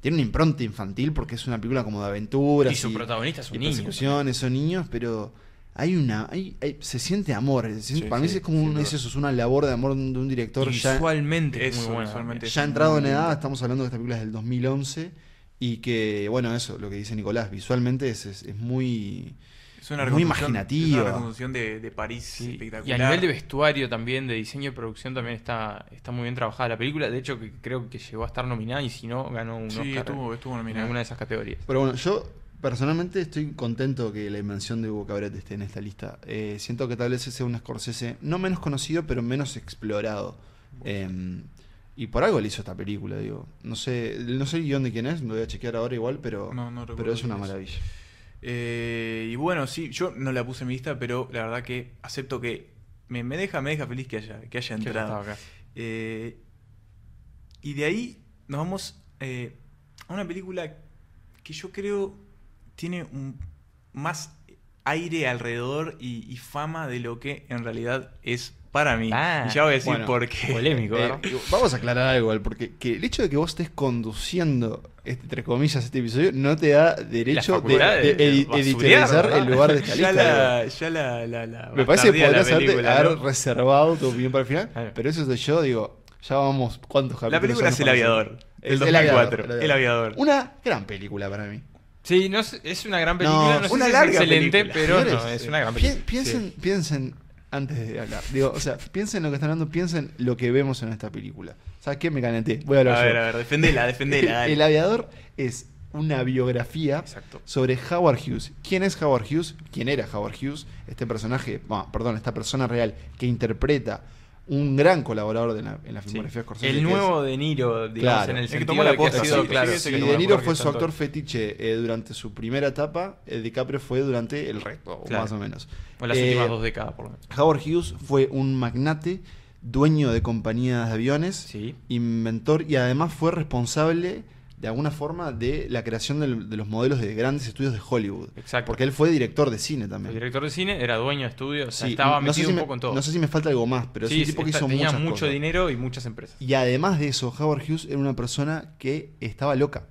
Speaker 2: tiene una impronta infantil porque es una película como de aventuras
Speaker 3: Y su protagonista es
Speaker 2: y
Speaker 3: un niño.
Speaker 2: persecuciones, son niños, pero hay una, hay- hay- se siente amor, se siente-
Speaker 1: Sí,
Speaker 2: para mí
Speaker 1: sí,
Speaker 2: es como
Speaker 1: sin
Speaker 2: un,
Speaker 1: duda.
Speaker 2: es eso, es una labor de amor de un de un director
Speaker 3: Y
Speaker 2: ya
Speaker 3: visualmente es
Speaker 1: Eso,
Speaker 3: muy bueno.
Speaker 1: visualmente.
Speaker 2: Ya entrado en edad, estamos hablando de esta película es del 2011 y que, bueno, eso, lo que dice Nicolás, visualmente es, es, es muy...
Speaker 1: Es una
Speaker 2: Muy
Speaker 1: reconstrucción-
Speaker 2: imaginativa.
Speaker 1: Es una reconstrucción de, de París
Speaker 3: Sí,
Speaker 1: espectacular.
Speaker 3: Y a nivel de vestuario también, de diseño y producción también está, está muy bien trabajada la película. De hecho, que creo que llegó a estar nominada y si no, ganó un
Speaker 1: Sí,
Speaker 3: Oscar
Speaker 1: estuvo, estuvo
Speaker 3: en
Speaker 1: nominado.
Speaker 3: alguna de esas categorías.
Speaker 2: Pero bueno, yo personalmente estoy contento que la invención de Hugo Cabret esté en esta lista. Eh, siento que tal vez sea un Scorsese no menos conocido, pero menos explorado. Eh, y por algo le hizo esta película, digo. No sé, no sé el guión de quién es, lo voy a chequear ahora igual, pero,
Speaker 1: No, no recuerdo
Speaker 2: pero es
Speaker 1: quién
Speaker 2: una
Speaker 1: es.
Speaker 2: maravilla.
Speaker 1: Eh, y bueno, sí, yo no la puse en mi lista, pero la verdad que acepto que me, me deja, me deja feliz que haya, que haya
Speaker 3: Que
Speaker 1: entrado.
Speaker 3: estaba acá.
Speaker 1: Eh, y de ahí nos vamos eh, a una película que yo creo tiene un más aire alrededor y, y fama de lo que en realidad es para mí.
Speaker 3: Ah,
Speaker 1: y ya voy a decir
Speaker 2: bueno,
Speaker 1: por qué.
Speaker 3: Polémico,
Speaker 2: Eh,
Speaker 3: ¿verdad?
Speaker 2: digo, vamos a aclarar algo, Al, porque que el hecho de que vos estés conduciendo, este, entre comillas, este episodio, no te da derecho de,
Speaker 3: facultad
Speaker 2: de
Speaker 3: de
Speaker 2: edi-
Speaker 3: basurear,
Speaker 2: editorializar
Speaker 3: ¿verdad?
Speaker 2: el lugar de esta
Speaker 1: ya
Speaker 2: lista. digo.
Speaker 1: la, ya la, la- la
Speaker 2: Me parece que
Speaker 1: bastardía la
Speaker 2: podrías haberte-
Speaker 1: película,
Speaker 2: haber
Speaker 1: ¿no?
Speaker 2: reservado tu opinión para el final,
Speaker 3: Claro.
Speaker 2: pero eso de yo, digo, ya vamos, ¿cuántos capítulos?
Speaker 1: La película
Speaker 2: son
Speaker 1: es El
Speaker 2: para hacer?
Speaker 1: Aviador, del
Speaker 2: Es
Speaker 1: 2004. El Aviador.
Speaker 2: Una gran película para mí.
Speaker 3: Sí, no es, es una gran película, no,
Speaker 2: No,
Speaker 3: sé
Speaker 1: una
Speaker 3: si
Speaker 1: larga
Speaker 3: es excelente,
Speaker 1: película.
Speaker 3: pero no,
Speaker 2: Señores,
Speaker 3: es una gran
Speaker 2: pi-
Speaker 3: película.
Speaker 2: piensen, piensen antes de hablar. Digo, o sea, piensen lo que están hablando, piensen lo que vemos en esta película. ¿Sabes qué? Me calenté. Voy a hablar
Speaker 1: A
Speaker 2: yo.
Speaker 1: ver, a ver, defendela, defendela. dale.
Speaker 2: El aviador es una biografía
Speaker 3: Exacto.
Speaker 2: sobre Howard Hughes. ¿Quién es Howard Hughes? ¿Quién era Howard Hughes? Este personaje, bueno, perdón, esta persona real que interpreta un gran colaborador de la- en la
Speaker 3: Sí.
Speaker 2: filmografía Scorsese, que
Speaker 3: El
Speaker 2: es-
Speaker 3: nuevo De Niro, digamos,
Speaker 2: Claro.
Speaker 3: en el
Speaker 1: El que
Speaker 3: sentido
Speaker 1: tomó la
Speaker 3: de que ha
Speaker 1: posta,
Speaker 3: sido,
Speaker 1: sí,
Speaker 3: claro.
Speaker 1: sí, ese que
Speaker 2: si
Speaker 1: no
Speaker 2: De
Speaker 1: me
Speaker 2: Niro
Speaker 1: acuerdo
Speaker 2: fue su actor fetiche eh, durante su primera etapa, eh, DiCaprio fue durante el resto, o
Speaker 3: Claro.
Speaker 2: más o menos.
Speaker 3: O las
Speaker 2: Eh,
Speaker 3: últimas dos décadas, por lo menos.
Speaker 2: Howard Hughes fue un magnate, dueño de compañías de aviones,
Speaker 3: Sí.
Speaker 2: inventor y además fue responsable de alguna forma de la creación del- de los modelos de grandes estudios de Hollywood.
Speaker 3: Exacto.
Speaker 2: Porque él fue director de cine
Speaker 3: El
Speaker 2: también.
Speaker 3: director de cine era dueño de estudios, o sea,
Speaker 2: Sí,
Speaker 3: estaba
Speaker 2: no sé
Speaker 3: metido
Speaker 2: si
Speaker 3: un
Speaker 2: me-
Speaker 3: poco en todo.
Speaker 2: No sé si me falta algo más, pero
Speaker 3: Sí,
Speaker 2: es un tipo que
Speaker 3: está-
Speaker 2: hizo
Speaker 3: tenía
Speaker 2: muchas
Speaker 3: mucho
Speaker 2: cosas.
Speaker 3: dinero y muchas empresas.
Speaker 2: Y además de eso, Howard Hughes era una persona que estaba loca.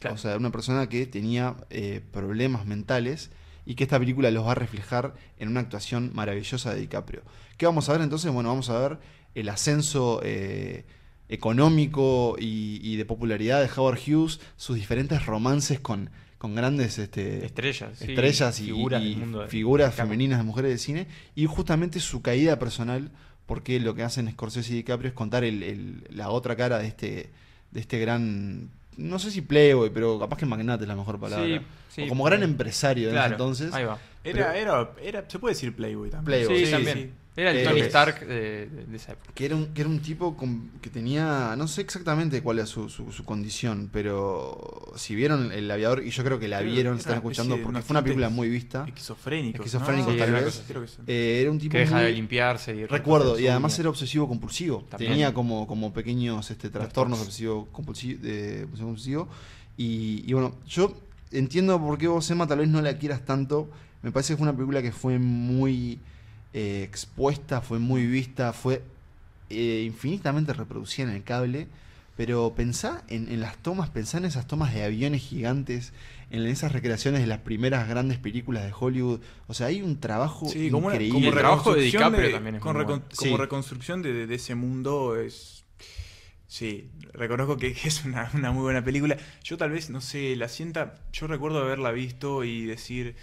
Speaker 3: Claro.
Speaker 2: O sea, una persona que tenía eh, problemas mentales y que esta película los va a reflejar en una actuación maravillosa de DiCaprio. ¿Qué vamos a ver entonces? Bueno, vamos a ver el ascenso eh, económico y, y de popularidad de Howard Hughes, sus diferentes romances con, con grandes este,
Speaker 3: Estrellas, sí,
Speaker 2: estrellas y
Speaker 3: figuras
Speaker 2: y
Speaker 3: del mundo del-
Speaker 2: figuras
Speaker 3: claro.
Speaker 2: femeninas de mujeres de cine y justamente su caída personal porque lo que hacen Scorsese y DiCaprio es contar el- el- la otra cara de este de este gran no sé si playboy pero capaz que magnate es la mejor palabra
Speaker 3: Sí, sí,
Speaker 2: O como gran
Speaker 3: porque-
Speaker 2: empresario de ese
Speaker 3: Claro,
Speaker 2: entonces
Speaker 3: Ahí va.
Speaker 1: Era, era, era, se puede decir Playboy también.
Speaker 2: Playboy,
Speaker 3: Sí,
Speaker 2: sí,
Speaker 3: también.
Speaker 2: sí.
Speaker 3: Era el
Speaker 2: Eh,
Speaker 3: Tony
Speaker 2: es-
Speaker 3: Stark de, de- de esa época.
Speaker 2: que era un, que era un tipo con- que tenía, no sé exactamente cuál era su, su- su condición, pero si vieron El Aviador, y yo creo que la
Speaker 1: Creo que
Speaker 2: vieron,
Speaker 1: era
Speaker 2: están
Speaker 1: una
Speaker 2: escuchando,
Speaker 1: especie de
Speaker 2: porque
Speaker 1: unos
Speaker 2: fue una película
Speaker 1: tintes
Speaker 2: muy vista,
Speaker 1: Esquizofrénicos.
Speaker 2: Esquizofrénicos,
Speaker 1: ¿no?
Speaker 3: tal
Speaker 1: Sí,
Speaker 3: vez.
Speaker 1: una cosa así, creo que sí.
Speaker 2: eh, era un tipo
Speaker 3: Que deja de
Speaker 2: muy-
Speaker 3: limpiarse y
Speaker 2: Recuerdo,
Speaker 3: recoger
Speaker 2: y
Speaker 3: su
Speaker 2: además
Speaker 3: uña.
Speaker 2: era obsesivo compulsivo.
Speaker 3: También.
Speaker 2: Tenía como, como pequeños este, trastornos
Speaker 3: Trastornos.
Speaker 2: obsesivo compulsivo, de, obsesivo compulsivo. Y, y bueno, yo entiendo por qué vos, Emma, tal vez no la quieras tanto. Me parece que fue una película que fue muy eh, expuesta, fue muy vista, fue eh, infinitamente reproducida en el cable. Pero pensá en, en las tomas, pensá en esas tomas de aviones gigantes, en esas recreaciones de las primeras grandes películas de Hollywood. O sea, hay un trabajo
Speaker 1: Sí, como, una-
Speaker 2: increíble.
Speaker 1: como
Speaker 3: El trabajo de
Speaker 1: reconstrucción
Speaker 3: DiCaprio también es
Speaker 1: con
Speaker 3: muy
Speaker 1: recon-
Speaker 3: bueno.
Speaker 1: como
Speaker 2: Sí.
Speaker 1: reconstrucción de, de ese mundo es... Sí, reconozco que que es una, una muy buena película. Yo tal vez, no sé, la sienta... Yo recuerdo haberla visto y decir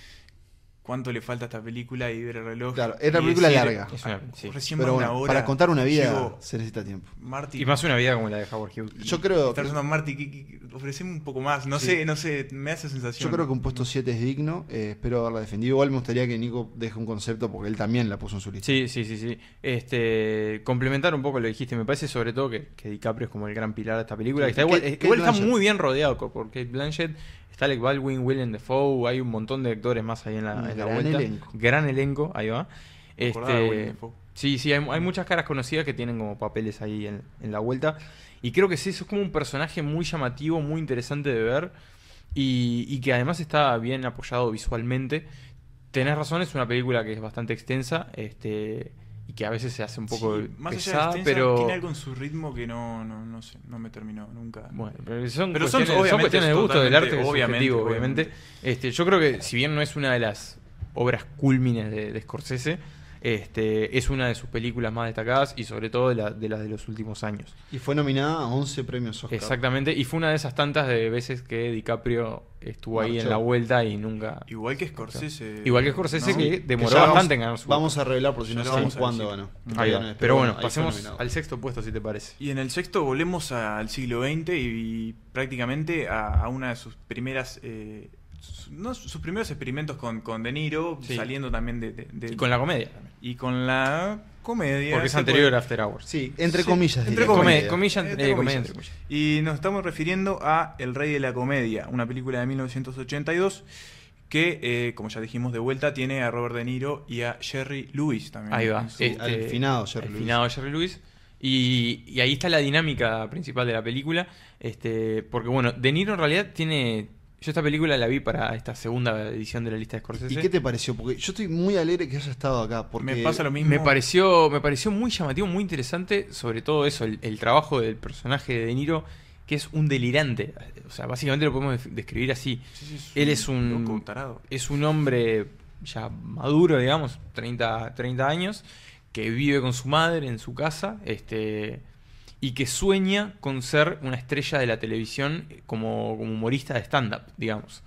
Speaker 1: cuánto le falta a esta película y ver el reloj.
Speaker 2: Claro,
Speaker 1: y
Speaker 2: era una película
Speaker 1: decir, ah,
Speaker 2: larga.
Speaker 3: Es una- sí.
Speaker 1: Recién
Speaker 2: Pero
Speaker 1: va una
Speaker 2: bueno,
Speaker 1: hora,
Speaker 2: para contar una vida
Speaker 1: llego-
Speaker 2: se necesita tiempo.
Speaker 1: Marty,
Speaker 3: Y más una vida como la de Howard Hughes.
Speaker 2: Yo creo,
Speaker 1: Estás diciendo, Marty, que- que- que- ofreceme un poco más. No sé, no sé, me hace sensación.
Speaker 2: yo creo que un puesto 7 es digno. eh, espero haberla defendido. Igual me gustaría que Nico deje un concepto porque él también la puso en su lista.
Speaker 3: Sí, sí, sí, sí. Este, complementar un poco lo que dijiste, me parece sobre todo que, que DiCaprio es como el gran pilar de esta película.
Speaker 2: Sí,
Speaker 3: que está
Speaker 2: Kate-
Speaker 3: igual
Speaker 2: Kate
Speaker 3: igual está
Speaker 2: Blanchett.
Speaker 3: muy bien rodeado co- por Kate Blanchett, está Alec Baldwin, Willem Dafoe, hay un montón de actores más ahí en la,
Speaker 2: Un
Speaker 3: en la
Speaker 2: gran
Speaker 3: vuelta.
Speaker 2: elenco.
Speaker 3: Gran elenco, ahí va.
Speaker 1: Me acordaba de Willem
Speaker 3: Este,
Speaker 1: Dafoe.
Speaker 3: sí, sí, hay, hay muchas caras conocidas que tienen como papeles ahí en, en la vuelta. Y creo que sí, eso es como un personaje muy llamativo, muy interesante de ver. Y, y que además está bien apoyado visualmente. Tenés razón, es una película que es bastante extensa. Este. Y que a veces se hace un poco
Speaker 1: Sí, más allá de
Speaker 3: pesada,
Speaker 1: extensa,
Speaker 3: pero.
Speaker 1: Tiene algo en su ritmo que no, no, no sé, no me terminó nunca.
Speaker 3: Bueno, pero son,
Speaker 1: Pero son-
Speaker 3: cuestiones, son
Speaker 1: obviamente,
Speaker 3: cuestiones de
Speaker 1: es
Speaker 3: gusto del
Speaker 1: totalmente,
Speaker 3: arte, que es
Speaker 1: obviamente,
Speaker 3: subjetivo, obviamente.
Speaker 1: obviamente.
Speaker 3: Este, yo creo que si bien no es una de las obras cúlmines de, de Scorsese, este, es una de sus películas más destacadas y sobre todo de, la- de las de los últimos años.
Speaker 2: Y fue nominada a 11 premios Oscar.
Speaker 3: Exactamente, y fue una de esas tantas de veces que DiCaprio estuvo ahí
Speaker 2: Marchó.
Speaker 3: en la vuelta y nunca...
Speaker 1: Igual que Scorsese.
Speaker 3: Igual que Scorsese,
Speaker 1: ¿no?
Speaker 3: que
Speaker 2: Que
Speaker 3: demoró
Speaker 2: ya
Speaker 3: bastante
Speaker 2: vamos-
Speaker 3: en ganar su...
Speaker 2: Vamos a revelar por si
Speaker 1: Ya
Speaker 2: no
Speaker 1: lo
Speaker 2: sabemos
Speaker 1: vamos a
Speaker 2: cuándo
Speaker 1: decir.
Speaker 2: ganó.
Speaker 3: Ahí
Speaker 2: Todavía
Speaker 3: va.
Speaker 2: no es,
Speaker 3: Pero bueno,
Speaker 2: ahí fue
Speaker 3: pasemos
Speaker 2: nominado.
Speaker 3: al sexto puesto, si te parece.
Speaker 1: Y en el sexto volvemos a- al siglo XX y prácticamente a, a una de sus primeras. eh, su- no, sus primeros experimentos con, con De Niro,
Speaker 3: Sí.
Speaker 1: saliendo también de. de- de-
Speaker 3: Y con la comedia también.
Speaker 1: y con la comedia.
Speaker 3: Porque es
Speaker 1: se
Speaker 3: anterior
Speaker 1: puede-
Speaker 3: a After Hours.
Speaker 2: Sí, entre
Speaker 1: Sí,
Speaker 2: comillas.
Speaker 1: entre
Speaker 2: diría.
Speaker 1: comillas.
Speaker 3: Comedia, comilla,
Speaker 1: Eh,
Speaker 3: eh,
Speaker 1: entre
Speaker 3: comedia,
Speaker 1: comillas.
Speaker 3: entre comillas.
Speaker 1: Y nos estamos refiriendo a El Rey de la Comedia, una película de 1982 que, eh, como ya dijimos de vuelta, tiene a Robert De Niro y a Jerry Lewis también.
Speaker 3: Ahí va. este,
Speaker 1: en su-
Speaker 2: Eh, al finado Jerry
Speaker 3: al
Speaker 2: Lewis.
Speaker 3: finado Jerry Lewis. Y, y ahí está la dinámica principal de la película. Este, porque bueno, De Niro en realidad tiene. Yo esta película la vi para esta segunda edición de la lista de Scorsese.
Speaker 2: ¿Y qué te pareció? Porque yo estoy muy alegre que haya estado acá. Porque
Speaker 1: me pasa lo mismo.
Speaker 3: me pareció, me pareció muy llamativo, muy interesante, sobre todo eso, el, el trabajo del personaje de De Niro, que es un delirante. O sea, básicamente lo podemos def- describir así.
Speaker 1: Sí, sí,
Speaker 3: Él es un-
Speaker 1: loco, tarado.
Speaker 3: es un hombre ya maduro, digamos, 30, 30 años, que vive con su madre en su casa, este, y que sueña con ser una estrella de la televisión como, como humorista de stand-up, digamos.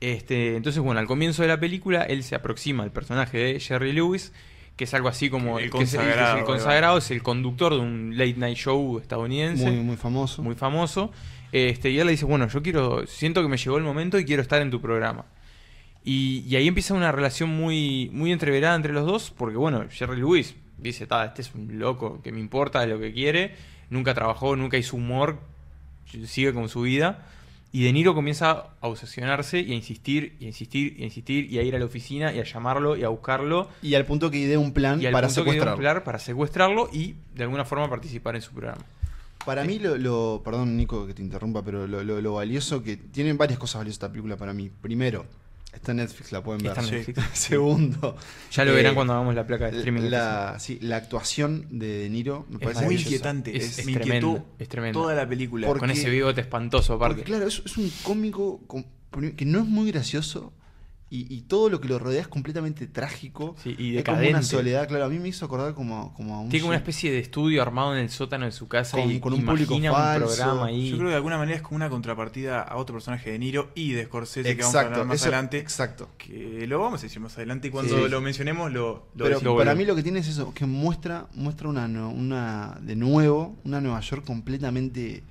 Speaker 3: Este, entonces, bueno, al comienzo de la película, él se aproxima al personaje de Jerry Lewis, que es algo así como
Speaker 1: El
Speaker 3: que es que es
Speaker 1: consagrado,
Speaker 3: el
Speaker 1: ¿verdad?
Speaker 3: consagrado, es el conductor de un late night show estadounidense
Speaker 2: muy, muy famoso.
Speaker 3: muy famoso. Este, y él le dice, bueno, yo quiero, siento que me llegó el momento y quiero estar en tu programa. Y, y ahí empieza una relación muy, muy entreverada entre los dos, porque bueno, Jerry Lewis dice, "Ta, este es un loco, que me importa lo que quiere, nunca trabajó, nunca hizo humor, sigue con su vida. Y De Niro comienza a obsesionarse y a insistir, y a insistir, y a insistir, y a ir a la oficina, y a llamarlo, y a buscarlo,
Speaker 2: y al punto que ideé un plan
Speaker 3: y al
Speaker 2: para
Speaker 3: punto que dio un
Speaker 2: secuestrarlo.
Speaker 3: plan para secuestrarlo y de alguna forma participar en su programa.
Speaker 2: Para mí, lo, lo- Perdón, Nico, que te interrumpa, pero lo, lo- lo valioso que. Tiene varias cosas valiosas esta película para mí. Primero, está en Netflix, la pueden ver.
Speaker 3: Está en
Speaker 2: Sí.
Speaker 3: Netflix.
Speaker 2: Segundo,
Speaker 3: Ya lo
Speaker 2: eh,
Speaker 3: verán cuando hagamos la placa de streaming. que
Speaker 2: la, sí, la actuación de De Niro me
Speaker 3: Es
Speaker 2: parece
Speaker 1: Muy
Speaker 3: maravilloso.
Speaker 2: maravillosa.
Speaker 1: inquietante.
Speaker 3: Es-
Speaker 1: Es,
Speaker 3: es
Speaker 1: me
Speaker 3: tremendo,
Speaker 1: inquietó
Speaker 3: es tremendo.
Speaker 1: toda la película.
Speaker 2: Por-
Speaker 3: con
Speaker 2: porque-
Speaker 3: ese bigote espantoso aparte.
Speaker 2: Porque, claro, es, es un cómico con- que no es muy gracioso y, y todo lo que lo rodea es completamente trágico.
Speaker 3: Sí, y
Speaker 2: es como una
Speaker 3: decadente.
Speaker 2: soledad, claro. A mí me hizo acordar como, como a un.
Speaker 3: Tiene como una especie de estudio armado en el sótano de su casa
Speaker 2: Con-
Speaker 3: y
Speaker 2: con un
Speaker 3: imagina
Speaker 2: público
Speaker 3: un
Speaker 2: falso.
Speaker 3: programa ahí.
Speaker 1: Yo creo que de alguna manera es como una contrapartida a otro personaje de Niro y de Scorsese que vamos a
Speaker 2: Exacto,
Speaker 1: hablar más
Speaker 2: eso-
Speaker 1: adelante.
Speaker 2: Exacto.
Speaker 1: Que lo vamos a decir más adelante y cuando
Speaker 3: Sí.
Speaker 1: lo mencionemos lo, lo
Speaker 2: Pero
Speaker 1: decimos.
Speaker 2: para
Speaker 3: boludo.
Speaker 2: mí lo que tiene es eso, que muestra, muestra una, no- una, de nuevo, una Nueva York completamente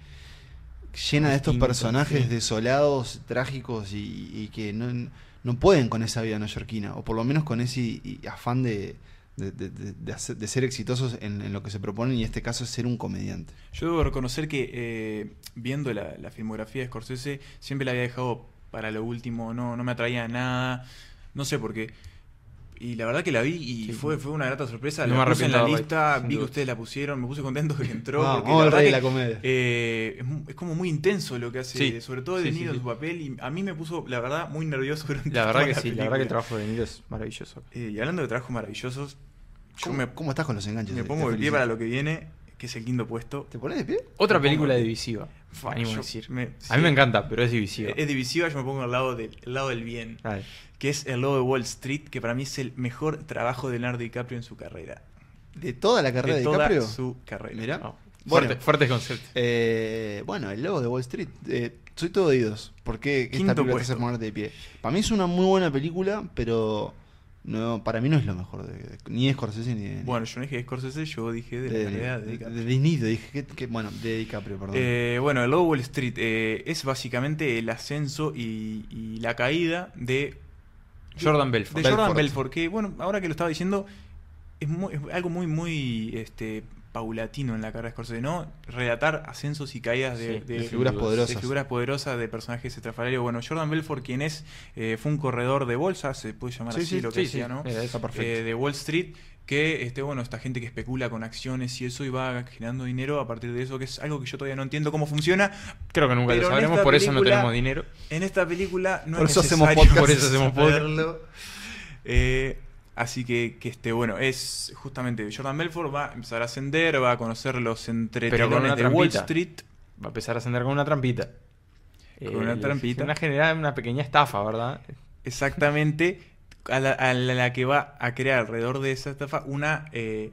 Speaker 2: llena de estos
Speaker 3: Distinto,
Speaker 2: personajes
Speaker 3: sí.
Speaker 2: desolados, trágicos y, y que no, no pueden con esa vida neoyorquina, o por lo menos con ese y- y afán de, de- de- de- de hacer- de ser exitosos en, en lo que se proponen, y en este caso es ser un comediante.
Speaker 1: Yo debo reconocer que eh, viendo la, la filmografía de Scorsese siempre la había dejado para lo último, no, no me atraía nada, no sé por qué. Y la verdad que la vi y
Speaker 3: Sí.
Speaker 1: fue, fue una grata sorpresa.
Speaker 3: No
Speaker 1: la
Speaker 3: me
Speaker 1: puse en
Speaker 3: arrepiento
Speaker 1: la
Speaker 3: de haberla
Speaker 1: lista,
Speaker 3: visto, sin
Speaker 1: vi que
Speaker 3: duda.
Speaker 1: ustedes la pusieron, me puse contento que entró.
Speaker 2: Vamos,
Speaker 1: porque
Speaker 2: vamos al
Speaker 1: verdad
Speaker 2: rey de
Speaker 1: que,
Speaker 2: la comedia.
Speaker 1: eh, es, mu- es como muy intenso lo que hace,
Speaker 3: Sí.
Speaker 1: sobre todo
Speaker 3: Sí,
Speaker 1: De
Speaker 3: sí,
Speaker 1: Niro en
Speaker 3: sí.
Speaker 1: su papel. Y a mí me puso, la verdad, muy nervioso durante
Speaker 3: La verdad
Speaker 1: toda
Speaker 3: que sí, la verdad que
Speaker 1: película.
Speaker 3: el trabajo de Niro es maravilloso.
Speaker 1: Eh, y hablando de trabajos maravillosos, yo
Speaker 2: ¿Cómo,
Speaker 1: me,
Speaker 2: cómo estás con los enganches?
Speaker 1: me
Speaker 2: Te
Speaker 1: pongo de pie
Speaker 2: felicito.
Speaker 1: para lo que viene, que es el quinto puesto.
Speaker 2: ¿Te pones de Eh, pie?
Speaker 3: Otra
Speaker 1: Me
Speaker 3: película
Speaker 1: pongo-
Speaker 3: divisiva,
Speaker 1: Fua,
Speaker 3: animo a
Speaker 1: yo
Speaker 3: decir.
Speaker 1: me-
Speaker 3: A mí
Speaker 1: sí.
Speaker 3: me encanta, pero es divisiva.
Speaker 1: Es divisiva, yo me pongo al lado del, al lado del bien,
Speaker 3: Dale.
Speaker 1: que es el lado de Wall Street, que para mí es el mejor trabajo de Leonardo DiCaprio en su carrera.
Speaker 2: ¿De toda la carrera de,
Speaker 1: de toda
Speaker 2: DiCaprio?
Speaker 1: su carrera. Oh,
Speaker 2: Mirá.
Speaker 3: No.
Speaker 2: Bueno.
Speaker 3: Fuerte, fuerte concepto.
Speaker 2: Eh, bueno, el logo de Wall Street. Eh, soy todo oídos. ¿Por qué esta
Speaker 1: Quinto
Speaker 2: película te
Speaker 1: puesto.
Speaker 2: hace ponerte de pie? Para mí es una muy buena película, pero no, para mí no es lo mejor. De, de- ni de Scorsese ni de.
Speaker 1: Bueno, yo no dije de Scorsese, yo dije de,
Speaker 2: de,
Speaker 1: la realidad de
Speaker 2: de-
Speaker 1: DiCaprio.
Speaker 2: de Disney, te dije que, que- bueno, de DiCaprio, perdón.
Speaker 1: Eh, bueno, el Low Wall Street eh, es básicamente el ascenso y, y la caída de,
Speaker 3: Jordan
Speaker 1: de
Speaker 3: Belfort.
Speaker 1: Jordan
Speaker 2: Belfort.
Speaker 1: Belfort, que bueno, ahora que lo estaba diciendo, es, muy- es algo muy, muy este, paulatino en la carrera de Scorsese, ¿no? Relatar ascensos y caídas de,
Speaker 3: Sí,
Speaker 1: de-
Speaker 2: de figuras
Speaker 1: de
Speaker 2: poderosas.
Speaker 1: figuras poderosas, de personajes estrafalarios. Bueno, Jordan Belfort, quien es, eh, fue un corredor de bolsa, se puede llamar
Speaker 2: Sí,
Speaker 1: así
Speaker 2: sí,
Speaker 1: lo que
Speaker 3: Sí, sí,
Speaker 1: decía, ¿no?
Speaker 3: era eso.
Speaker 2: Está perfecto.
Speaker 1: eh, de Wall Street que este bueno esta gente que especula con acciones y eso y va generando dinero a partir de eso que es algo que yo todavía no entiendo cómo funciona
Speaker 3: Creo que nunca
Speaker 1: Pero
Speaker 3: lo
Speaker 1: en
Speaker 3: sabremos,
Speaker 1: esta
Speaker 3: por eso no
Speaker 1: película-
Speaker 3: tenemos dinero.
Speaker 1: en esta película no
Speaker 2: Por
Speaker 1: es
Speaker 2: eso hacemos
Speaker 1: necesario
Speaker 2: podcast.
Speaker 3: Por eso hacemos podcast.
Speaker 1: saberlo. Eh, así que, que este bueno es justamente Jordan Belfort va a empezar a ascender va a conocer los
Speaker 3: Pero con
Speaker 1: entretelones
Speaker 3: una
Speaker 1: de Wall
Speaker 3: trampita.
Speaker 1: Street
Speaker 3: Va a empezar a ascender con una trampita.
Speaker 1: Con una
Speaker 3: le-
Speaker 1: trampita.
Speaker 3: Una general, una pequeña estafa, ¿verdad?
Speaker 1: exactamente a la, a la que va a crear alrededor de esa estafa una eh,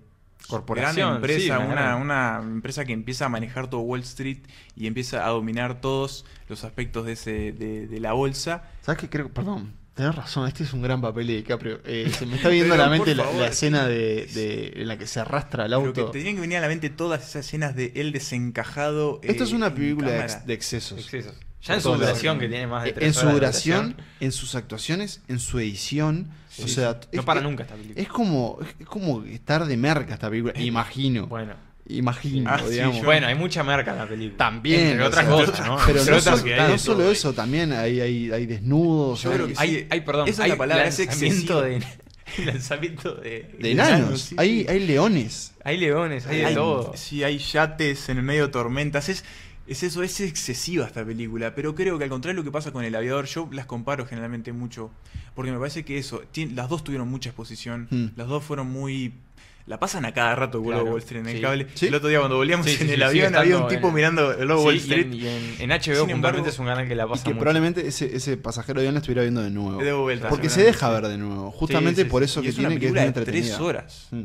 Speaker 3: Corporación.
Speaker 1: gran empresa,
Speaker 3: sí, una
Speaker 1: una,
Speaker 3: gran-
Speaker 1: una empresa que empieza a manejar todo Wall Street y empieza a dominar todos los aspectos de, ese, de, de la bolsa.
Speaker 2: ¿Sabes qué creo? Perdón, tenés razón, este es un gran papel de DiCaprio. Eh, se me está viendo a la
Speaker 1: Pero,
Speaker 2: mente
Speaker 1: por
Speaker 2: la,
Speaker 1: favor.
Speaker 2: la escena de, de- en la que se arrastra el
Speaker 1: Pero que
Speaker 2: auto.
Speaker 1: te tenían que venir a la mente todas esas escenas de él desencajado.
Speaker 2: Esto
Speaker 1: eh,
Speaker 2: es una
Speaker 1: en
Speaker 2: película de,
Speaker 1: cámara.
Speaker 2: ex- de excesos.
Speaker 3: Excesos. Ya
Speaker 2: Por
Speaker 3: en su
Speaker 2: todos lados.
Speaker 3: duración, que tiene más de
Speaker 2: Eh,
Speaker 3: tres
Speaker 2: Pues En su
Speaker 3: horas de
Speaker 2: duración, en sus actuaciones, en su edición.
Speaker 3: Sí,
Speaker 2: o
Speaker 3: sí.
Speaker 2: sea,
Speaker 3: No
Speaker 2: es-
Speaker 3: para
Speaker 2: es-
Speaker 3: nunca esta película.
Speaker 2: Es como, es como estar de merca esta película, imagino.
Speaker 3: Eh, Bueno.
Speaker 2: Imagino,
Speaker 1: Ah, sí,
Speaker 2: digamos.
Speaker 1: yo-
Speaker 3: Bueno, hay mucha marca en la película.
Speaker 2: También,
Speaker 3: Entre
Speaker 2: o
Speaker 3: otras
Speaker 2: sea,
Speaker 3: cosas, ¿no?
Speaker 2: Pero
Speaker 3: Entre
Speaker 2: no,
Speaker 3: otras
Speaker 2: so-
Speaker 3: que
Speaker 2: no
Speaker 3: hay de
Speaker 2: solo
Speaker 3: todo.
Speaker 2: eso, también hay, hay, hay desnudos.
Speaker 1: Yo
Speaker 2: hay-
Speaker 1: creo que sí.
Speaker 3: Hay, hay, perdón,
Speaker 1: Esa es
Speaker 3: hay
Speaker 1: la palabra, es
Speaker 3: lanzamiento
Speaker 1: excesivo.
Speaker 3: de, lanzamiento de...
Speaker 2: De enanos,
Speaker 1: sí,
Speaker 2: hay,
Speaker 1: sí.
Speaker 2: hay leones.
Speaker 3: Hay leones, hay de
Speaker 1: Hay-
Speaker 3: todo.
Speaker 1: Sí, hay yates en el medio de tormentas. Es, es eso, es excesiva esta película. Pero creo que al contrario de lo que pasa con El Aviador, yo las comparo generalmente mucho. Porque me parece que eso, tien- las dos tuvieron mucha exposición.
Speaker 2: Hmm.
Speaker 1: Las dos fueron muy. La pasan a cada rato, Globo
Speaker 3: Claro,
Speaker 1: Wall Street en el
Speaker 3: sí.
Speaker 1: cable.
Speaker 2: Sí.
Speaker 1: El otro día cuando volvíamos
Speaker 3: Sí, sí,
Speaker 1: en el
Speaker 3: sí, sigue
Speaker 1: avión había un
Speaker 3: estando
Speaker 1: tipo
Speaker 3: en-
Speaker 1: mirando el Globo Wall
Speaker 3: Sí, y
Speaker 1: Street.
Speaker 3: en, y en- en HBO
Speaker 1: Sin embargo,
Speaker 3: puntualmente es un canal que la
Speaker 2: Y
Speaker 3: pasa
Speaker 2: que
Speaker 3: mucho.
Speaker 2: probablemente ese, ese pasajero de avión la estuviera viendo de nuevo.
Speaker 1: De vuelta,
Speaker 2: porque se
Speaker 1: seguramente,
Speaker 2: deja ver de nuevo. Justamente
Speaker 3: sí,
Speaker 2: por
Speaker 3: sí.
Speaker 2: eso
Speaker 1: Y
Speaker 2: que
Speaker 1: es una
Speaker 2: tiene que es
Speaker 1: película
Speaker 2: muy
Speaker 1: de tres
Speaker 2: entretenida.
Speaker 1: horas.
Speaker 2: Mm.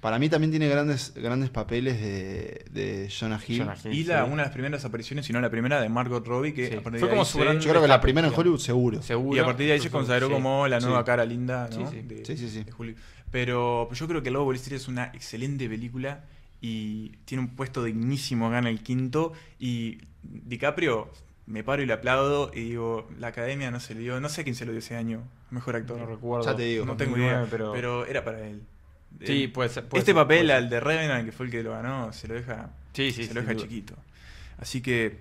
Speaker 2: Para mí también tiene grandes, grandes papeles de, de Jonah Hill.
Speaker 3: Jonah Hill,
Speaker 1: Y la,
Speaker 3: sí.
Speaker 1: una de las primeras apariciones, si no la primera, de Margot Robbie, que
Speaker 3: Sí.
Speaker 1: a partir
Speaker 3: Fue
Speaker 1: de
Speaker 3: como
Speaker 1: ahí
Speaker 3: su
Speaker 1: se-
Speaker 3: gran-
Speaker 2: Yo creo que la primera en Hollywood, seguro.
Speaker 3: Seguro.
Speaker 1: Y a partir de ahí se
Speaker 3: Por supuesto,
Speaker 1: consagró
Speaker 3: sí.
Speaker 1: como la
Speaker 2: Sí.
Speaker 1: nueva cara linda, ¿no?
Speaker 3: Sí, sí.
Speaker 1: De,
Speaker 2: Sí, sí, sí.
Speaker 1: de Julio. Pero yo creo que Lobo Wall Street es una excelente película y tiene un puesto dignísimo gana el quinto. Y DiCaprio, me paro y le aplaudo y digo, la academia no se le dio, no sé a quién se lo dio ese año, mejor actor.
Speaker 3: No recuerdo.
Speaker 2: Ya te digo,
Speaker 1: no tengo
Speaker 3: 2009,
Speaker 1: idea, pero...
Speaker 3: pero-
Speaker 1: era para él.
Speaker 3: Sí,
Speaker 1: Él-
Speaker 3: puede ser. puede
Speaker 1: este
Speaker 3: ser,
Speaker 1: papel,
Speaker 3: puede ser.
Speaker 1: al de Revenant, que fue el que lo ganó, se lo deja,
Speaker 3: Sí, sí,
Speaker 1: se lo
Speaker 3: sin
Speaker 1: deja
Speaker 3: duda.
Speaker 1: chiquito. Así que,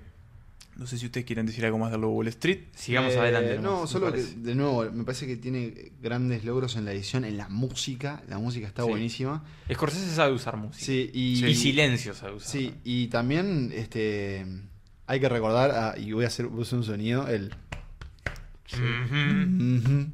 Speaker 1: no sé si ustedes quieren decir algo más de Lobo Wall Street.
Speaker 3: Sigamos
Speaker 2: Eh,
Speaker 3: adelante.
Speaker 2: No,
Speaker 3: nomás,
Speaker 2: solo
Speaker 3: me
Speaker 2: que,
Speaker 3: parece.
Speaker 2: de nuevo, me parece que tiene grandes logros en la edición, en la música. La música está
Speaker 3: Sí.
Speaker 2: buenísima.
Speaker 3: Scorsese sabe usar música.
Speaker 2: Sí, y,
Speaker 3: Y silencio sabe usar.
Speaker 2: Sí, y también este, hay que recordar, a- y voy a hacer voy a hacer un sonido, el...
Speaker 3: Ujú.
Speaker 2: Ujú.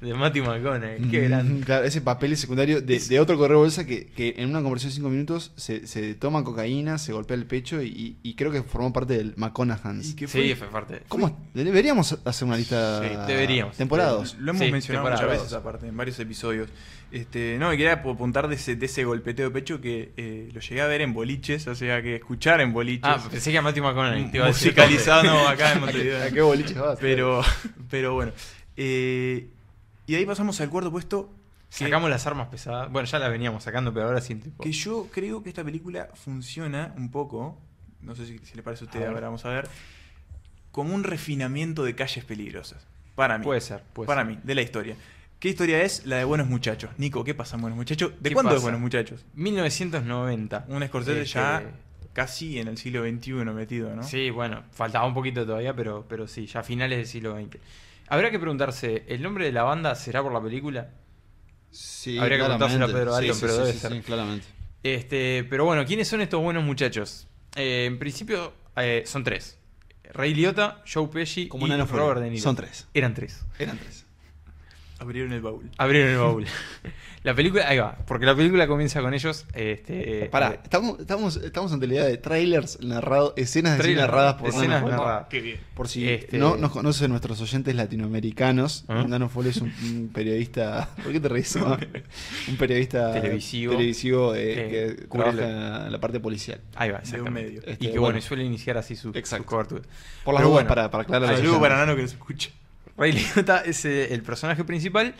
Speaker 3: De Matty McConaughey. Qué
Speaker 2: Mm,
Speaker 3: grande.
Speaker 2: Claro, ese papel secundario de, de otro correo bolsa que, que en una conversación de 5 minutos se, se toma cocaína, se golpea el pecho y, y- y creo que formó parte del McConaughey's.
Speaker 1: Y que fue-
Speaker 3: Mm. Sí, fue parte.
Speaker 2: ¿Cómo? es? Deberíamos hacer una lista.
Speaker 3: Sí, deberíamos.
Speaker 2: Temporadas.
Speaker 1: Lo hemos
Speaker 3: Sí,
Speaker 1: mencionado
Speaker 3: temporada
Speaker 1: muchas
Speaker 3: dos.
Speaker 1: veces aparte, en varios episodios. Este, no, me quería apuntar de ese, de ese golpeteo de pecho que eh, lo llegué a ver en boliches, o sea, que escuchar en boliches.
Speaker 3: Ah, pensé que a Matty McConaughey. te iba a decir.
Speaker 1: musicalizado no, acá en
Speaker 2: ¿A
Speaker 1: Montevideo.
Speaker 2: qué boliches vas?
Speaker 1: pero, pero bueno. Eh, y de ahí pasamos al cuarto puesto. que-
Speaker 3: Sacamos las armas pesadas. Bueno, ya las veníamos sacando, pero ahora sí. tipo-
Speaker 1: Que yo creo que esta película funciona un poco, no sé si, si le parece a usted,
Speaker 3: A ver.
Speaker 1: ahora vamos a ver, como un refinamiento de calles peligrosas. Para mí.
Speaker 3: Puede ser, puede
Speaker 1: para
Speaker 3: ser.
Speaker 1: mí, de la historia. ¿Qué historia es? La de Buenos Muchachos. Nico, ¿qué pasa en Buenos Muchachos? ¿De
Speaker 3: ¿Qué
Speaker 1: cuándo es
Speaker 3: pasa?
Speaker 1: Buenos Muchachos?
Speaker 3: 1990.
Speaker 1: Un Scorsese
Speaker 3: Este,
Speaker 1: ya casi en el siglo XXI metido, ¿no?
Speaker 3: Sí, bueno, faltaba un poquito todavía, pero, pero sí, ya finales del siglo XX. Habrá que preguntarse, ¿el nombre de la banda será por la película?
Speaker 2: Sí,
Speaker 3: Habría que
Speaker 2: claramente.
Speaker 3: preguntárselo a Pedro
Speaker 2: Sí,
Speaker 3: Arion,
Speaker 2: sí,
Speaker 3: pero
Speaker 2: sí,
Speaker 3: debe
Speaker 2: sí,
Speaker 3: ser.
Speaker 2: sí, claramente.
Speaker 3: Este, pero bueno, ¿quiénes son estos buenos muchachos? Eh, en principio eh, son tres. Ray Liotta, Joe Pesci
Speaker 2: Como
Speaker 3: y
Speaker 2: Nano Flores.
Speaker 3: Robert De Niro.
Speaker 2: Son tres.
Speaker 3: Eran tres.
Speaker 2: Eran tres.
Speaker 1: Abrieron el baúl.
Speaker 3: Abrieron el baúl. la película, ahí va, porque la película comienza con ellos. Este, eh,
Speaker 2: Pará, estamos, estamos, estamos ante la idea de trailers narrados, escenas de cine
Speaker 3: Trailer,
Speaker 2: narradas por
Speaker 3: escenas
Speaker 2: Nano Fole.
Speaker 3: narradas.
Speaker 1: Qué bien.
Speaker 2: Por si
Speaker 3: Este-
Speaker 2: no nos conocen nuestros oyentes latinoamericanos,
Speaker 3: ¿Ah?
Speaker 2: Nano Fole es un, un periodista. ¿Por qué te reís? no? un periodista eh,
Speaker 3: Televisivo.
Speaker 2: televisivo, eh,
Speaker 3: Eh,
Speaker 2: que
Speaker 3: cubre
Speaker 2: cubre
Speaker 3: la-
Speaker 2: la, la parte policial.
Speaker 3: Ahí va,
Speaker 1: De un
Speaker 3: exactamente.
Speaker 1: medio.
Speaker 2: Este,
Speaker 3: Y que bueno, suele iniciar así su, su
Speaker 2: Exacto.
Speaker 3: cobertura.
Speaker 2: Por las
Speaker 3: Pero
Speaker 2: dudas,
Speaker 3: bueno,
Speaker 2: para, para aclarar a los
Speaker 1: Saludo para
Speaker 2: oyentes.
Speaker 1: Nano que nos escucha.
Speaker 3: Ray Liotta es eh, el personaje principal.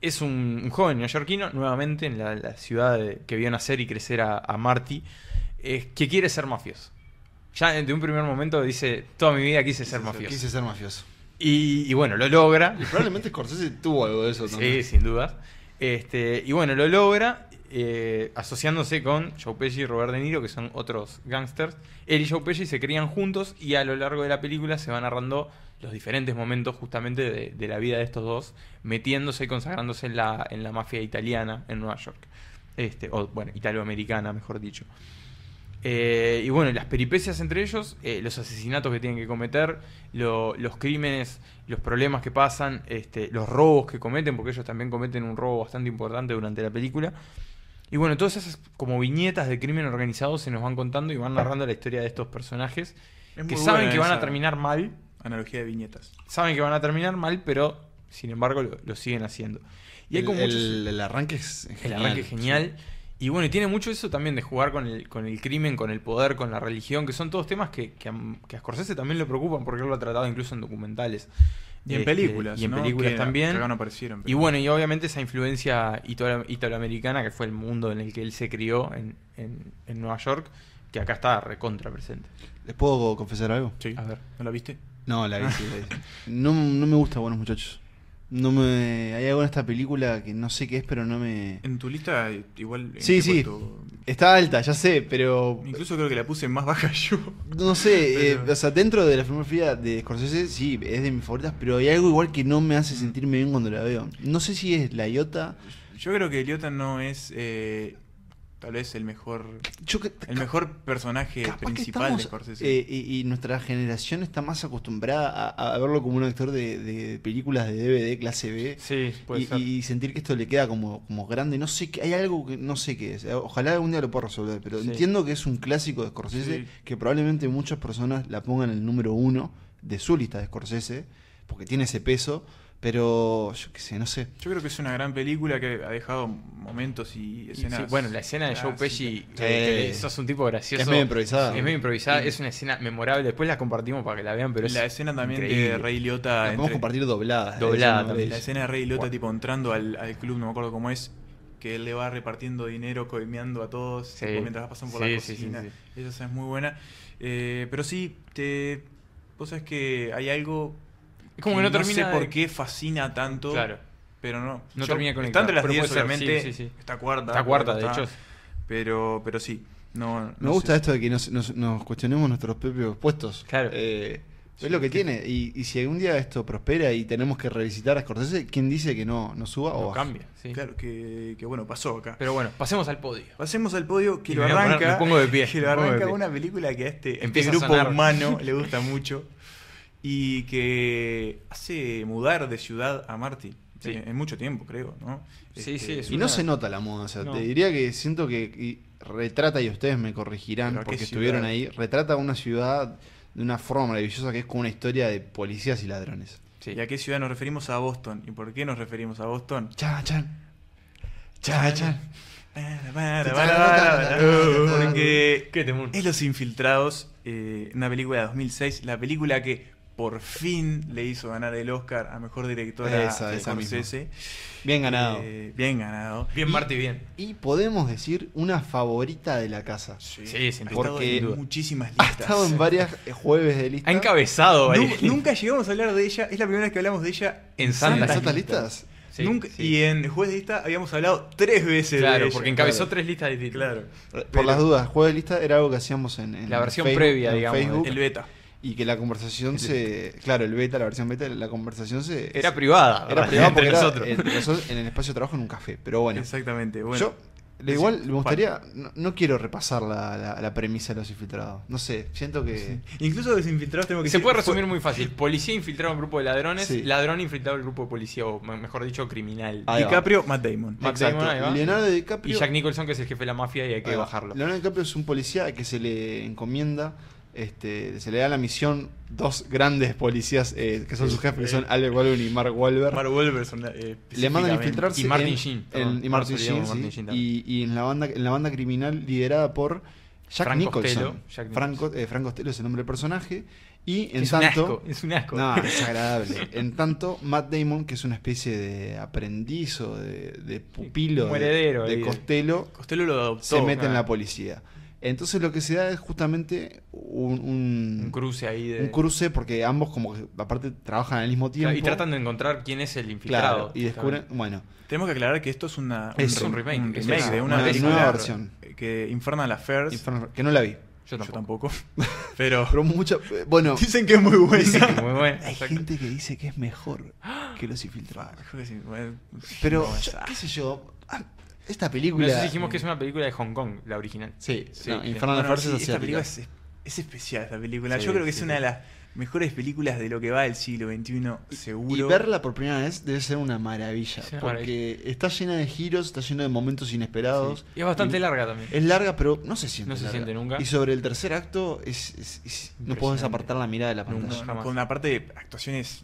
Speaker 3: Es un, un joven neoyorquino, nuevamente en la, la ciudad de- que vio nacer y crecer a, a Marty, eh, que quiere ser mafioso. Ya de un primer momento dice, toda mi vida quise ser mafioso.
Speaker 2: Quise ser mafioso.
Speaker 3: Y, y bueno, lo logra.
Speaker 2: Y probablemente Scorsese tuvo algo de eso
Speaker 3: Sí,
Speaker 2: también.
Speaker 3: sin dudas. Este, y bueno, lo logra eh, asociándose con Joe Pesci y Robert De Niro, que son otros gangsters. Él y Joe Pesci se crían juntos y a lo largo de la película se van narrando los diferentes momentos justamente de, de la vida de estos dos, metiéndose y consagrándose en la, en la mafia italiana en Nueva York. Este, o bueno, italoamericana, mejor dicho. Eh, y bueno, las peripecias entre ellos, eh, los asesinatos que tienen que cometer, lo- los crímenes, los problemas que pasan, este, los robos que cometen, porque ellos también cometen un robo bastante importante durante la película. Y bueno, todas esas como viñetas de crimen organizado se nos van contando y van narrando la historia de estos personajes
Speaker 1: Es
Speaker 3: que
Speaker 1: muy
Speaker 3: saben
Speaker 1: buena
Speaker 3: que van a
Speaker 1: esa
Speaker 3: terminar mal,
Speaker 1: Analogía de viñetas.
Speaker 3: saben que van a terminar mal, pero sin embargo lo, lo siguen haciendo. Y hay
Speaker 2: El,
Speaker 3: como muchos-
Speaker 2: el- el arranque es
Speaker 3: el
Speaker 2: genial.
Speaker 3: arranque es genial. Y bueno, y tiene mucho eso también de jugar con el, con el crimen, con el poder, con la religión, que son todos temas que, que, a, que a Scorsese también le preocupan porque él lo ha tratado incluso en documentales.
Speaker 1: Y en
Speaker 3: Este,
Speaker 1: películas.
Speaker 3: Y en
Speaker 1: ¿no?
Speaker 3: películas
Speaker 1: Que
Speaker 3: también.
Speaker 1: acá no aparecieron.
Speaker 3: Y bueno, y obviamente esa influencia italo- italoamericana, que fue el mundo en el que él se crió en, en- en Nueva York, que acá está recontra presente.
Speaker 2: ¿Les puedo confesar algo?
Speaker 1: Sí.
Speaker 3: A ver.
Speaker 1: ¿No la viste?
Speaker 2: No, la vi, sí, la vi. No, no me gusta Buenos Muchachos. No me, hay algo en esta película que no sé qué es, pero no me...
Speaker 1: En tu lista eh, igual... ¿en
Speaker 2: Sí,
Speaker 1: qué
Speaker 2: sí.
Speaker 1: puesto?
Speaker 2: Está alta, ya sé, pero...
Speaker 1: Incluso creo que la puse más baja yo.
Speaker 2: No sé, eh,
Speaker 1: Pero-
Speaker 2: o sea, dentro de la filmografía de Scorsese, sí, es de mis favoritas, pero hay algo igual que no me
Speaker 1: Mm.
Speaker 2: hace sentirme bien cuando la veo. No sé si es la iota.
Speaker 1: Yo creo que Liotta no es... eh, tal vez el mejor...
Speaker 2: Yo que-
Speaker 1: El mejor personaje
Speaker 2: Capaz que
Speaker 1: principal
Speaker 2: estamos,
Speaker 1: de Scorsese.
Speaker 2: eh, y, y nuestra generación está más acostumbrada a, a verlo como un actor de, de películas de DVD clase B.
Speaker 3: Sí, pues,
Speaker 2: Y, y sentir que esto le queda como, como grande, no sé qué, hay algo que no sé qué es. Ojalá algún día lo pueda resolver, pero
Speaker 3: Sí.
Speaker 2: entiendo que es un clásico de Scorsese
Speaker 1: Sí.
Speaker 2: que probablemente muchas personas la pongan en el número uno de su lista de Scorsese, porque tiene ese peso, pero yo qué sé, no sé.
Speaker 1: Yo creo que es una gran película que ha dejado momentos y
Speaker 3: Y sí,
Speaker 1: escenas.
Speaker 3: bueno, la escena de Joe
Speaker 1: Ah, sí,
Speaker 3: Pesci,
Speaker 1: claro.
Speaker 3: que- que
Speaker 2: Sí.
Speaker 3: sos un tipo gracioso.
Speaker 2: Es medio improvisada.
Speaker 3: Es medio improvisada, es una escena memorable. Después la compartimos para que la vean, pero es
Speaker 1: la escena también
Speaker 3: increíble.
Speaker 1: de Rey
Speaker 2: La
Speaker 1: Liotta.
Speaker 2: podemos
Speaker 1: Ah, entre-
Speaker 2: compartir doblada.
Speaker 3: Doblada también.
Speaker 1: La
Speaker 2: La
Speaker 1: escena de Rey Liotta,
Speaker 3: Guau.
Speaker 1: tipo, entrando al, al club, no me acuerdo cómo es, que él le va repartiendo dinero, coimeando a todos,
Speaker 3: Sí.
Speaker 1: tipo, mientras pasan por
Speaker 3: Sí,
Speaker 1: la
Speaker 3: sí, sí,
Speaker 1: cocina.
Speaker 3: sí.
Speaker 1: Esa escena es muy buena. Eh, pero sí, te, vos sabés que hay algo
Speaker 3: Es como que no termina
Speaker 1: sé
Speaker 3: de-
Speaker 1: por qué fascina tanto.
Speaker 3: Claro.
Speaker 1: Pero no.
Speaker 3: No termina de
Speaker 1: Está
Speaker 3: conectar,
Speaker 1: entre las
Speaker 3: pero
Speaker 1: 10,
Speaker 3: puede ser,
Speaker 1: obviamente.
Speaker 3: sí, sí, sí.
Speaker 1: Está cuarta.
Speaker 3: Está cuarta, de
Speaker 1: está-
Speaker 3: hecho.
Speaker 1: Pero, pero sí. No,
Speaker 2: Me
Speaker 1: no
Speaker 2: gusta
Speaker 1: sé.
Speaker 2: esto de que nos, nos- nos cuestionemos nuestros propios puestos.
Speaker 3: Claro.
Speaker 2: Eh,
Speaker 1: Sí,
Speaker 2: es lo que
Speaker 1: es que-
Speaker 2: tiene. Y, y si algún día esto prospera y tenemos que revisitar a Scorsese, ¿quién dice que no, no suba o
Speaker 3: No
Speaker 2: baje?
Speaker 3: cambia, sí.
Speaker 1: Claro, que, que bueno, pasó acá.
Speaker 3: Pero bueno, pasemos al podio.
Speaker 1: Pasemos al podio que
Speaker 3: Y
Speaker 1: lo
Speaker 3: me voy a poner-
Speaker 1: arranca.
Speaker 3: me pongo de pie,
Speaker 1: Que lo
Speaker 3: me pongo de
Speaker 1: arranca
Speaker 3: pie.
Speaker 1: una película que a este, este
Speaker 3: Empieza a
Speaker 1: grupo
Speaker 3: sonar.
Speaker 1: humano le gusta mucho. Y que hace mudar de ciudad a Marty.
Speaker 3: Sí.
Speaker 1: En, en mucho tiempo, creo, ¿no? Este,
Speaker 3: Sí, sí, es
Speaker 2: Y
Speaker 3: una-
Speaker 2: no se nota la moda, o sea,
Speaker 3: No.
Speaker 2: te diría que siento que y retrata, y ustedes me corregirán
Speaker 1: Pero ¿a qué
Speaker 2: porque
Speaker 1: ciudad?
Speaker 2: estuvieron ahí, retrata una ciudad de una forma maravillosa que es como una historia de policías y ladrones.
Speaker 3: Sí.
Speaker 1: ¿Y a qué ciudad nos referimos? A Boston. ¿Y por qué nos referimos a Boston?
Speaker 2: Chan, chan. Chan, chan.
Speaker 1: Porque
Speaker 3: ¿Qué temor?
Speaker 1: es Los Infiltrados, eh, una película de 2006, la película que por fin le hizo ganar el Oscar a Mejor Directora
Speaker 2: Esa,
Speaker 1: a
Speaker 2: esa misma.
Speaker 1: Scorsese.
Speaker 2: Bien ganado.
Speaker 1: Eh, bien ganado.
Speaker 3: Bien, Marty, bien.
Speaker 2: Y podemos decir una favorita de la casa.
Speaker 3: Sí,
Speaker 1: ha
Speaker 3: sin duda.
Speaker 1: estado
Speaker 2: Porque
Speaker 1: en muchísimas
Speaker 2: Ha
Speaker 1: listas.
Speaker 2: estado en varias eh, jueves de lista.
Speaker 3: Ha encabezado
Speaker 1: Nu-
Speaker 3: ahí.
Speaker 1: nunca llegamos a hablar de ella, es la primera vez que hablamos de ella
Speaker 3: En
Speaker 2: ¿En
Speaker 3: Santas
Speaker 2: las
Speaker 1: Santas
Speaker 2: otras
Speaker 1: Listas.
Speaker 2: listas?
Speaker 3: Sí,
Speaker 1: Nunca-
Speaker 3: sí.
Speaker 1: Y en Juez de Lista habíamos hablado tres veces de
Speaker 3: Claro,
Speaker 1: ella.
Speaker 3: porque encabezó
Speaker 2: claro.
Speaker 3: tres listas distintas.
Speaker 1: Claro.
Speaker 2: Por las dudas, jueves de lista era algo que hacíamos en, en
Speaker 3: La versión
Speaker 2: Facebook-
Speaker 3: previa,
Speaker 2: en
Speaker 3: digamos,
Speaker 2: Facebook.
Speaker 1: El beta.
Speaker 2: y que la conversación se. Claro, el beta, la versión beta, la conversación se.
Speaker 3: Era privada.
Speaker 2: Era
Speaker 3: ¿verdad?
Speaker 2: privada
Speaker 3: entre
Speaker 2: porque era
Speaker 3: nosotros.
Speaker 2: entre nosotros en el espacio de trabajo en un café. Pero bueno.
Speaker 1: Exactamente. Bueno,
Speaker 2: Yo, le
Speaker 1: Sí,
Speaker 2: igual, me
Speaker 1: Juan.
Speaker 2: gustaría. No, no quiero repasar la, la- la premisa de los infiltrados. No sé, siento que.
Speaker 1: Eh, Incluso los infiltrados tengo que
Speaker 3: Se
Speaker 1: decir,
Speaker 3: puede
Speaker 1: fue-
Speaker 3: resumir muy fácil. Policía infiltrado un grupo de ladrones,
Speaker 2: Sí. Ah,
Speaker 3: ladrón infiltrado el grupo de policía, o me- mejor dicho, criminal.
Speaker 2: Ahí va.
Speaker 1: DiCaprio, Matt Damon.
Speaker 3: Matt
Speaker 2: Exacto.
Speaker 3: Damon, ahí va.
Speaker 2: Leonardo DiCaprio.
Speaker 3: Y Jack Nicholson, que es el jefe de la mafia, y hay que
Speaker 2: Ahí va.
Speaker 3: bajarlo.
Speaker 2: Leonardo DiCaprio es un policía que se le encomienda, este, se le da la misión dos grandes policías eh, que son sus jefes, que son Alec Baldwin y Mark Wahlberg.
Speaker 1: Mark Wahlberg son, eh,
Speaker 2: le mandan
Speaker 1: específicamente.
Speaker 2: a infiltrarse
Speaker 3: Y Martin
Speaker 2: en-
Speaker 3: Sheen,
Speaker 2: en-
Speaker 3: perdón,
Speaker 2: y Martin
Speaker 3: no nos olvidemos
Speaker 2: Sheen,
Speaker 3: de Martin
Speaker 2: sí,
Speaker 3: Sheen también.
Speaker 2: y, y en la banda en la banda criminal liderada por Jack
Speaker 3: Frank
Speaker 2: Nicholson.
Speaker 3: Costello, Jack Nicholson.
Speaker 2: Frank, Co- eh, Frank Costello es el nombre del personaje y en
Speaker 3: es
Speaker 2: tanto
Speaker 3: un asco. Es un asco.
Speaker 2: no, es agradable. En tanto, Matt Damon, que es una especie de aprendiz o de, de pupilo
Speaker 3: Como
Speaker 2: de-
Speaker 3: heredero
Speaker 2: de,
Speaker 3: ahí eh. de-
Speaker 2: Costello,
Speaker 1: Costello lo adoptó.
Speaker 2: se mete en
Speaker 3: claro.
Speaker 2: la policía. Entonces lo que se da es justamente un, un-
Speaker 3: un cruce ahí de.
Speaker 2: un cruce, porque ambos como que aparte trabajan al mismo tiempo.
Speaker 3: Claro, y tratan de encontrar quién es el
Speaker 2: Claro,
Speaker 3: infiltrado.
Speaker 2: y descubren, bueno,
Speaker 1: Tenemos que aclarar que esto es una
Speaker 2: Es
Speaker 3: un remake, es
Speaker 1: remake
Speaker 3: una-
Speaker 1: de una,
Speaker 2: una
Speaker 1: película
Speaker 2: nueva versión.
Speaker 1: que Infernal Affairs.
Speaker 2: Inferno- que no la vi.
Speaker 3: Yo
Speaker 1: yo
Speaker 3: tampoco.
Speaker 1: tampoco. Pues pero
Speaker 2: Pero mucha, eh, bueno,
Speaker 1: dicen que es muy buena.
Speaker 3: Muy bueno.
Speaker 2: hay
Speaker 3: exacto.
Speaker 2: gente que dice que es mejor que Los Infiltrados.
Speaker 1: Creo que sí, bueno,
Speaker 2: Pero,
Speaker 1: Ah, no,
Speaker 2: yo-
Speaker 1: esa-
Speaker 2: qué sé yo, ah, esta película...
Speaker 3: Nosotros dijimos que es una película de Hong Kong, la original.
Speaker 2: Sí,
Speaker 3: Sí,
Speaker 2: no,
Speaker 3: sí.
Speaker 2: Infernal
Speaker 1: Bueno,
Speaker 2: Affairs
Speaker 1: sí,
Speaker 2: es
Speaker 1: esta película
Speaker 2: asiática.
Speaker 1: es, es especial esta película.
Speaker 2: Sí,
Speaker 1: Yo creo que es
Speaker 2: sí,
Speaker 1: una
Speaker 2: sí.
Speaker 1: de las mejores películas de lo que va del siglo XXI, seguro.
Speaker 2: Y verla por primera vez debe ser una maravilla.
Speaker 3: Sí, una
Speaker 2: porque está llena de giros, está llena de momentos inesperados.
Speaker 3: Y es bastante larga también.
Speaker 2: Es larga, pero no se siente.
Speaker 3: No se
Speaker 2: larga.
Speaker 3: siente nunca.
Speaker 2: Y sobre el tercer acto, es, es- es- no
Speaker 3: Impresionante.
Speaker 2: podés apartar la mirada de la pantalla.
Speaker 1: No,
Speaker 3: Nunca.
Speaker 1: no,
Speaker 3: jamás.
Speaker 1: con una parte de actuaciones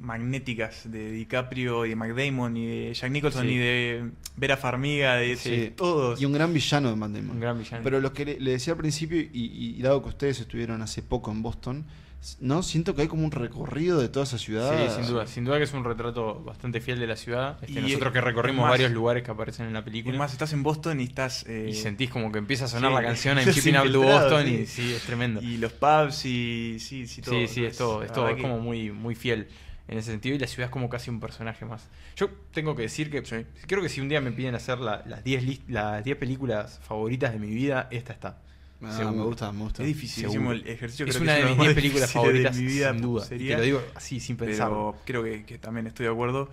Speaker 1: magnéticas de DiCaprio y de McDamon y de Jack Nicholson
Speaker 3: Sí.
Speaker 1: y de Vera Farmiga, de,
Speaker 2: Sí.
Speaker 1: de todos.
Speaker 2: Y un gran villano de Matt Damon.
Speaker 3: Un gran villano.
Speaker 2: Pero lo que le, le decía al principio, y, y- y dado que ustedes estuvieron hace poco en Boston, s- no siento que hay como un recorrido de toda esa ciudad.
Speaker 3: Sí, sin duda. Sin duda que es un retrato bastante fiel de la ciudad. Este,
Speaker 1: Y
Speaker 3: nosotros
Speaker 1: es-
Speaker 3: que recorrimos
Speaker 1: más-
Speaker 3: varios lugares que aparecen en la película.
Speaker 1: Es más, estás en Boston y estás. eh,
Speaker 3: y sentís como que empieza a sonar
Speaker 1: sí,
Speaker 3: la canción I'm
Speaker 1: los
Speaker 3: Shipping Up to
Speaker 1: infiltrados,
Speaker 3: Boston
Speaker 1: sí.
Speaker 3: y sí, es tremendo.
Speaker 1: y los pubs y. Sí, sí, todo.
Speaker 3: sí, sí, es todo, es
Speaker 1: la
Speaker 3: todo,
Speaker 1: verdad
Speaker 3: es
Speaker 1: que-
Speaker 3: como muy, muy fiel en ese sentido y la ciudad es como casi un personaje más. Yo tengo que decir que creo que si un día me piden hacer la- las 10 lis- las 10 películas favoritas de mi vida, esta está.
Speaker 2: Ah,
Speaker 3: Seguro.
Speaker 2: me gusta, me gusta.
Speaker 1: Es difícil.
Speaker 3: Seguro.
Speaker 1: el ejercicio
Speaker 3: es
Speaker 1: creo
Speaker 3: una
Speaker 1: que
Speaker 3: de
Speaker 1: es
Speaker 3: mis
Speaker 1: uno los
Speaker 3: 10
Speaker 1: más
Speaker 3: películas
Speaker 1: difíciles
Speaker 3: favoritas,
Speaker 1: de mi vida,
Speaker 3: sin duda. y
Speaker 1: sería,
Speaker 3: te lo digo así, sin pensarlo.
Speaker 1: pero creo que, que también estoy de acuerdo.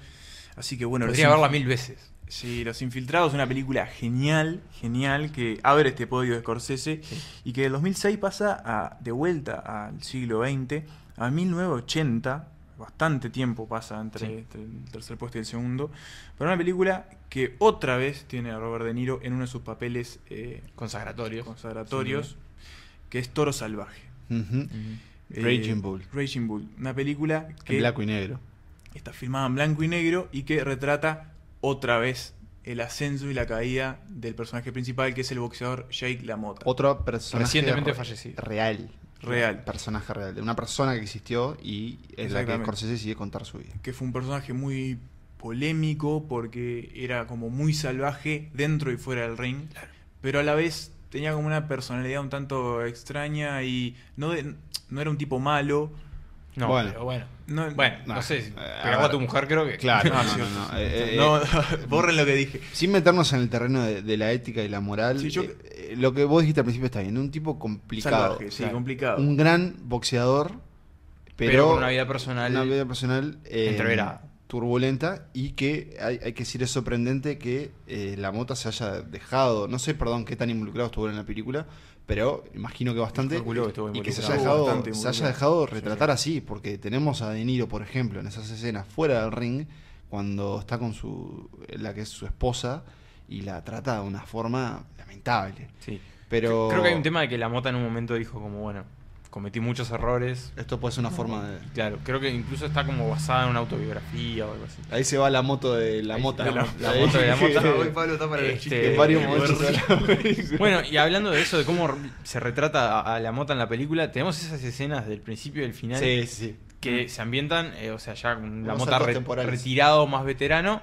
Speaker 1: Así que bueno, los
Speaker 3: Podría verla
Speaker 1: inf-
Speaker 3: mil veces.
Speaker 1: Sí, Los Infiltrados es una película genial, genial, que abre este podio de Scorsese y que del 2006 pasa a- de vuelta al siglo XX, a 1980, bastante tiempo pasa entre,
Speaker 3: Sí.
Speaker 1: entre el tercer puesto y el segundo, pero una película que otra vez tiene a Robert De Niro en uno de sus papeles eh,
Speaker 3: Consagratorios.
Speaker 1: consagratorios, que es Toro Salvaje.
Speaker 2: Ujú.
Speaker 3: Mm.
Speaker 1: Eh,
Speaker 2: Raging Bull.
Speaker 1: Raging Bull, una película que
Speaker 2: En blanco y negro.
Speaker 1: está filmada en blanco y negro y que retrata otra vez el ascenso y la caída del personaje principal que es el boxeador Jake LaMotta.
Speaker 2: Otro personaje
Speaker 3: Recientemente
Speaker 2: re-
Speaker 3: fallecido.
Speaker 2: real.
Speaker 1: Real.
Speaker 2: Personaje real. De una persona que existió y es la que
Speaker 1: Exactamente.
Speaker 2: Scorsese decide contar su vida.
Speaker 1: que fue un personaje muy polémico porque era como muy salvaje dentro y fuera del ring, pero a la vez tenía como una personalidad un tanto extraña y no, de- no era un tipo malo.
Speaker 3: No,
Speaker 2: Bueno.
Speaker 3: pero bueno.
Speaker 1: No,
Speaker 3: Bueno,
Speaker 2: Nah,
Speaker 3: no sé, si
Speaker 2: eh,
Speaker 3: pegaba
Speaker 2: a
Speaker 3: a tu
Speaker 2: ver.
Speaker 3: mujer creo que...
Speaker 2: Claro,
Speaker 1: Ah,
Speaker 2: no,
Speaker 1: cierto.
Speaker 2: no, no, eh, eh,
Speaker 1: No, borren lo que dije.
Speaker 2: Sin meternos en el terreno de, de la ética y la moral,
Speaker 1: Sí, yo-
Speaker 2: eh, eh, lo que vos dijiste al principio está bien. Un tipo complicado.
Speaker 1: Salvaje, sí,
Speaker 3: claro.
Speaker 1: complicado.
Speaker 2: Un gran boxeador, pero,
Speaker 3: pero, con una vida personal...
Speaker 2: una vida personal eh,
Speaker 3: entreverada.
Speaker 2: turbulenta y que hay, hay que decir es sorprendente que eh, la mota se haya dejado. No sé, perdón, qué tan involucrado estuvo en la película, pero imagino que bastante.
Speaker 3: Calculo que estuvo
Speaker 2: Y que se haya
Speaker 3: involucrado.
Speaker 2: dejado,
Speaker 1: Bastante
Speaker 2: se haya
Speaker 1: involucrado.
Speaker 2: dejado retratar así, porque tenemos a De Niro, por ejemplo, en esas escenas fuera del ring, cuando está con su la que es su esposa y la trata de una forma lamentable.
Speaker 3: Sí.
Speaker 2: Pero
Speaker 3: Creo que hay un tema de que la mota en un momento dijo como, bueno, cometí muchos errores.
Speaker 2: Esto puede ser una forma de.
Speaker 3: Claro, creo que incluso está como basada en una autobiografía o algo así.
Speaker 2: Ahí se va la moto de la mota.
Speaker 3: la- la
Speaker 2: Ahí-
Speaker 3: moto de la mota.
Speaker 2: que-
Speaker 3: Hoy Pablo está para los
Speaker 2: Este,
Speaker 3: chistes.
Speaker 2: en varios
Speaker 3: Eh,
Speaker 2: momentos de la película.
Speaker 3: Bueno, y hablando de eso, de cómo se retrata a, a la mota en la película, tenemos esas escenas del principio y del final
Speaker 2: Sí, sí.
Speaker 3: que se ambientan, eh, o sea, ya con la
Speaker 2: Unos
Speaker 3: mota
Speaker 2: saltos
Speaker 3: re-
Speaker 2: temporales.
Speaker 3: retirado, más veterano,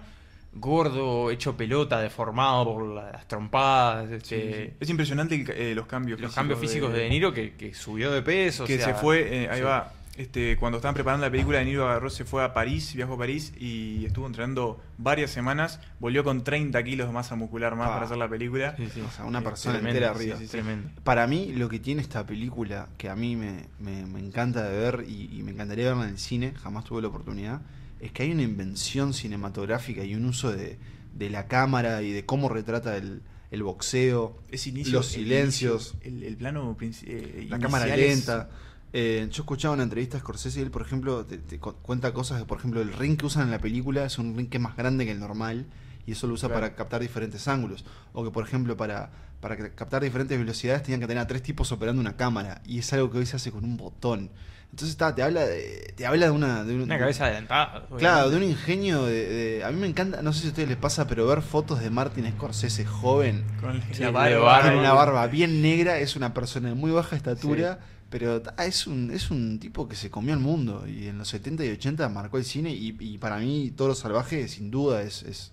Speaker 3: gordo, hecho pelota, deformado por las trompadas, este,
Speaker 1: Es impresionante el ca- eh, los cambios
Speaker 3: los cambios físicos de De Niro que, que subió de peso. o
Speaker 1: que
Speaker 3: sea,
Speaker 1: se fue, eh, ahí
Speaker 3: sí.
Speaker 1: va, este, cuando estaban preparando la película, De Niro agarró, se fue a París, viajó a París y estuvo entrenando varias semanas. Volvió con 30 kilos de masa muscular más
Speaker 2: Ah.
Speaker 1: para hacer la película.
Speaker 3: Sí, sí.
Speaker 2: O sea, una
Speaker 1: Eh,
Speaker 2: persona
Speaker 3: tremendo,
Speaker 2: entera
Speaker 3: sí,
Speaker 2: arriba.
Speaker 3: sí, sí. Tremendo.
Speaker 2: Para mí, lo que tiene esta película, que a mí me, me- me encanta de ver y, y me encantaría verla en el cine, jamás tuve la oportunidad, es que hay una invención cinematográfica y un uso de, de la cámara y de cómo retrata el, el boxeo,
Speaker 1: Es inicio,
Speaker 2: los
Speaker 1: el
Speaker 2: silencios,
Speaker 1: inicio, El, el plano princi- eh,
Speaker 2: la cámara
Speaker 1: inicial es-
Speaker 2: lenta. Eh, yo escuchaba una entrevista a Scorsese y él, por ejemplo, te, te cu- cuenta cosas de, por ejemplo, el ring que usan en la película es un ring que es más grande que el normal y eso lo usa para captar diferentes ángulos. O que, por ejemplo, para, para ca- captar diferentes velocidades tenían que tener a tres tipos operando una cámara y es algo que hoy se hace con un botón. Entonces, está, te habla de, te habla de una... De un-
Speaker 3: Una cabeza adelantada. obviamente.
Speaker 2: Claro, de un ingenio de, de- A mí me encanta, no sé si a ustedes les pasa, pero ver fotos de Martin Scorsese joven
Speaker 1: Con
Speaker 3: Sí,
Speaker 1: la
Speaker 3: de
Speaker 1: barba.
Speaker 3: barba.
Speaker 2: tiene una barba bien negra, es una persona de muy baja estatura, pero ta- es un, es un tipo que se comió el mundo y en los 70 y 80 marcó el cine y, y para mí Toro Salvaje sin duda es, es,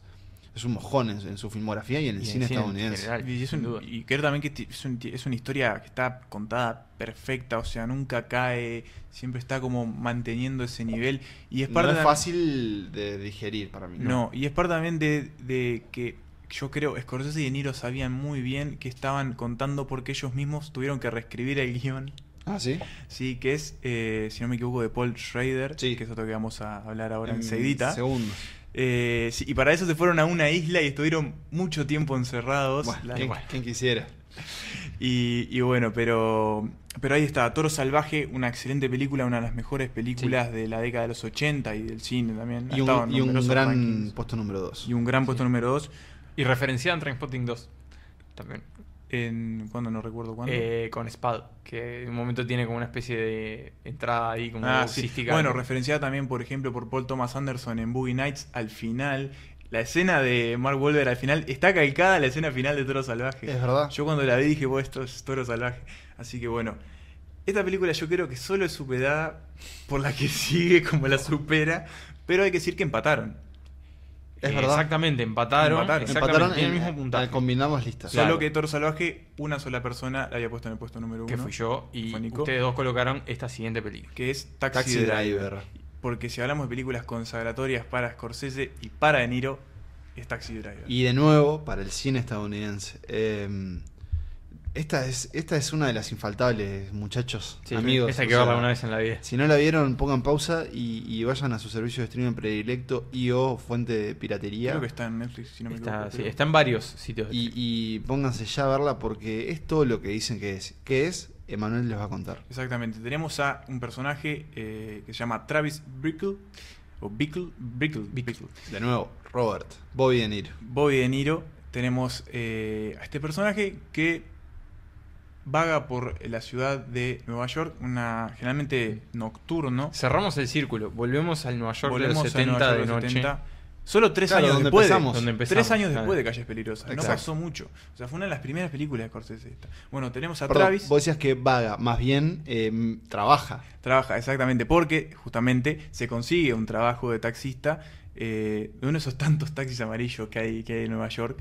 Speaker 2: es un mojón en, en su filmografía y en
Speaker 3: Y
Speaker 2: el
Speaker 3: en
Speaker 2: cine
Speaker 3: el cine en
Speaker 2: estadounidense.
Speaker 3: general.
Speaker 1: Y, es
Speaker 3: sin
Speaker 1: un-
Speaker 3: duda.
Speaker 1: y creo también que ti- es, un- es una historia que está contada perfecta, o sea, nunca cae, siempre está como manteniendo ese nivel. Y es parte
Speaker 2: no es
Speaker 1: tam-
Speaker 2: fácil de digerir para mí.
Speaker 1: No, y es parte también de, de que yo creo Scorsese y De Niro sabían muy bien que estaban contando porque ellos mismos tuvieron que reescribir el guión.
Speaker 2: ¿Ah, sí?
Speaker 1: Sí, que es, eh, si no me equivoco, de Paul Schrader,
Speaker 2: Sí.
Speaker 1: que es otro que vamos a hablar ahora
Speaker 2: En
Speaker 1: enseguidita.
Speaker 2: Segundos.
Speaker 1: Eh, sí, y para eso se fueron a una isla y estuvieron mucho tiempo encerrados.
Speaker 2: Bueno,
Speaker 1: La-
Speaker 2: ¿quién, quién quisiera?
Speaker 1: y, y bueno, pero, pero ahí está, Toro Salvaje, una excelente película, una de las mejores películas de la década de los 80 y del cine también. Ha
Speaker 2: Y
Speaker 1: estado
Speaker 2: un,
Speaker 1: en
Speaker 2: y un
Speaker 1: numerosos
Speaker 2: gran
Speaker 1: rankings.
Speaker 2: puesto número 2.
Speaker 1: y un gran puesto número 2
Speaker 3: Y referenciada en Trainspotting 2. También.
Speaker 1: en cuando no recuerdo cuándo.
Speaker 3: Eh, con Spad, que en un momento tiene como una especie de entrada ahí como
Speaker 1: Ah, sí.
Speaker 3: boxística.
Speaker 1: Bueno, referenciada también, por ejemplo, por Paul Thomas Anderson en Boogie Nights al final. La escena de Mark Wahlberg al final está calcada a la escena final de Toro Salvaje.
Speaker 2: Es verdad.
Speaker 1: Yo cuando la vi dije, "Bueno, esto es Toro Salvaje. Así que bueno, esta película yo creo que solo es superada por la que sigue como la supera, pero hay que decir que empataron.
Speaker 2: Es
Speaker 3: Eh,
Speaker 2: verdad.
Speaker 3: Exactamente, empataron.
Speaker 1: Empataron.
Speaker 3: exactamente,
Speaker 2: Empataron
Speaker 3: tiene el
Speaker 2: en-
Speaker 3: mismo puntaje.
Speaker 2: al combinar las listas.
Speaker 1: Solo
Speaker 3: Claro.
Speaker 1: que Toro Salvaje, una sola persona la había puesto en el puesto número uno.
Speaker 3: que fui yo y
Speaker 1: Fue Nico.
Speaker 3: ustedes dos colocaron esta siguiente película.
Speaker 1: Que es Taxi,
Speaker 2: Taxi
Speaker 1: Driver.
Speaker 2: Driver.
Speaker 1: Porque si hablamos de películas consagratorias para Scorsese y para De Niro, es Taxi Driver.
Speaker 2: Y de nuevo, para el cine estadounidense. Eh, esta, es, esta es una de las infaltables, muchachos, amigos.
Speaker 3: Esa hay
Speaker 2: O
Speaker 3: que verla
Speaker 2: sea,
Speaker 3: una vez en la vida.
Speaker 2: Si no la vieron, pongan pausa y, y vayan a su servicio de streaming predilecto y o fuente de piratería.
Speaker 1: Creo que está en Netflix, si no me
Speaker 3: Está,
Speaker 1: equivoco.
Speaker 3: sí,
Speaker 1: pero-
Speaker 3: está en varios sitios.
Speaker 2: y, y pónganse ya a verla porque es todo lo que dicen que es. ¿Qué es? Emanuel les va a contar.
Speaker 1: Exactamente. Tenemos a un personaje eh, que se llama Travis Bickle. O Bickle. Bickle. Bickle.
Speaker 2: De nuevo, Robert, Bobby De Niro.
Speaker 1: Bobby De Niro. Tenemos eh, a este personaje que vaga por la ciudad de Nueva York, una generalmente nocturno.
Speaker 3: Cerramos el círculo, volvemos al Nueva York de
Speaker 1: Volvemos
Speaker 3: los
Speaker 1: a
Speaker 3: 70
Speaker 1: Nueva York
Speaker 3: de
Speaker 1: de los
Speaker 3: noche.
Speaker 1: 70. Solo tres
Speaker 2: Claro,
Speaker 1: años
Speaker 2: donde
Speaker 1: después. de-
Speaker 2: empezamos.
Speaker 3: Donde empezamos. Ah,
Speaker 1: Tres años
Speaker 3: claro.
Speaker 1: después de Calles Peligrosas.
Speaker 2: Exacto.
Speaker 1: No pasó mucho. O sea, fue una de las primeras películas de Scorsese. esta. Bueno, tenemos a
Speaker 2: Perdón,
Speaker 1: Travis.
Speaker 2: Vos decías que vaga, más bien eh, trabaja.
Speaker 1: Trabaja, exactamente, porque justamente se consigue un trabajo de taxista eh, de uno de esos tantos taxis amarillos que hay, que hay en Nueva York.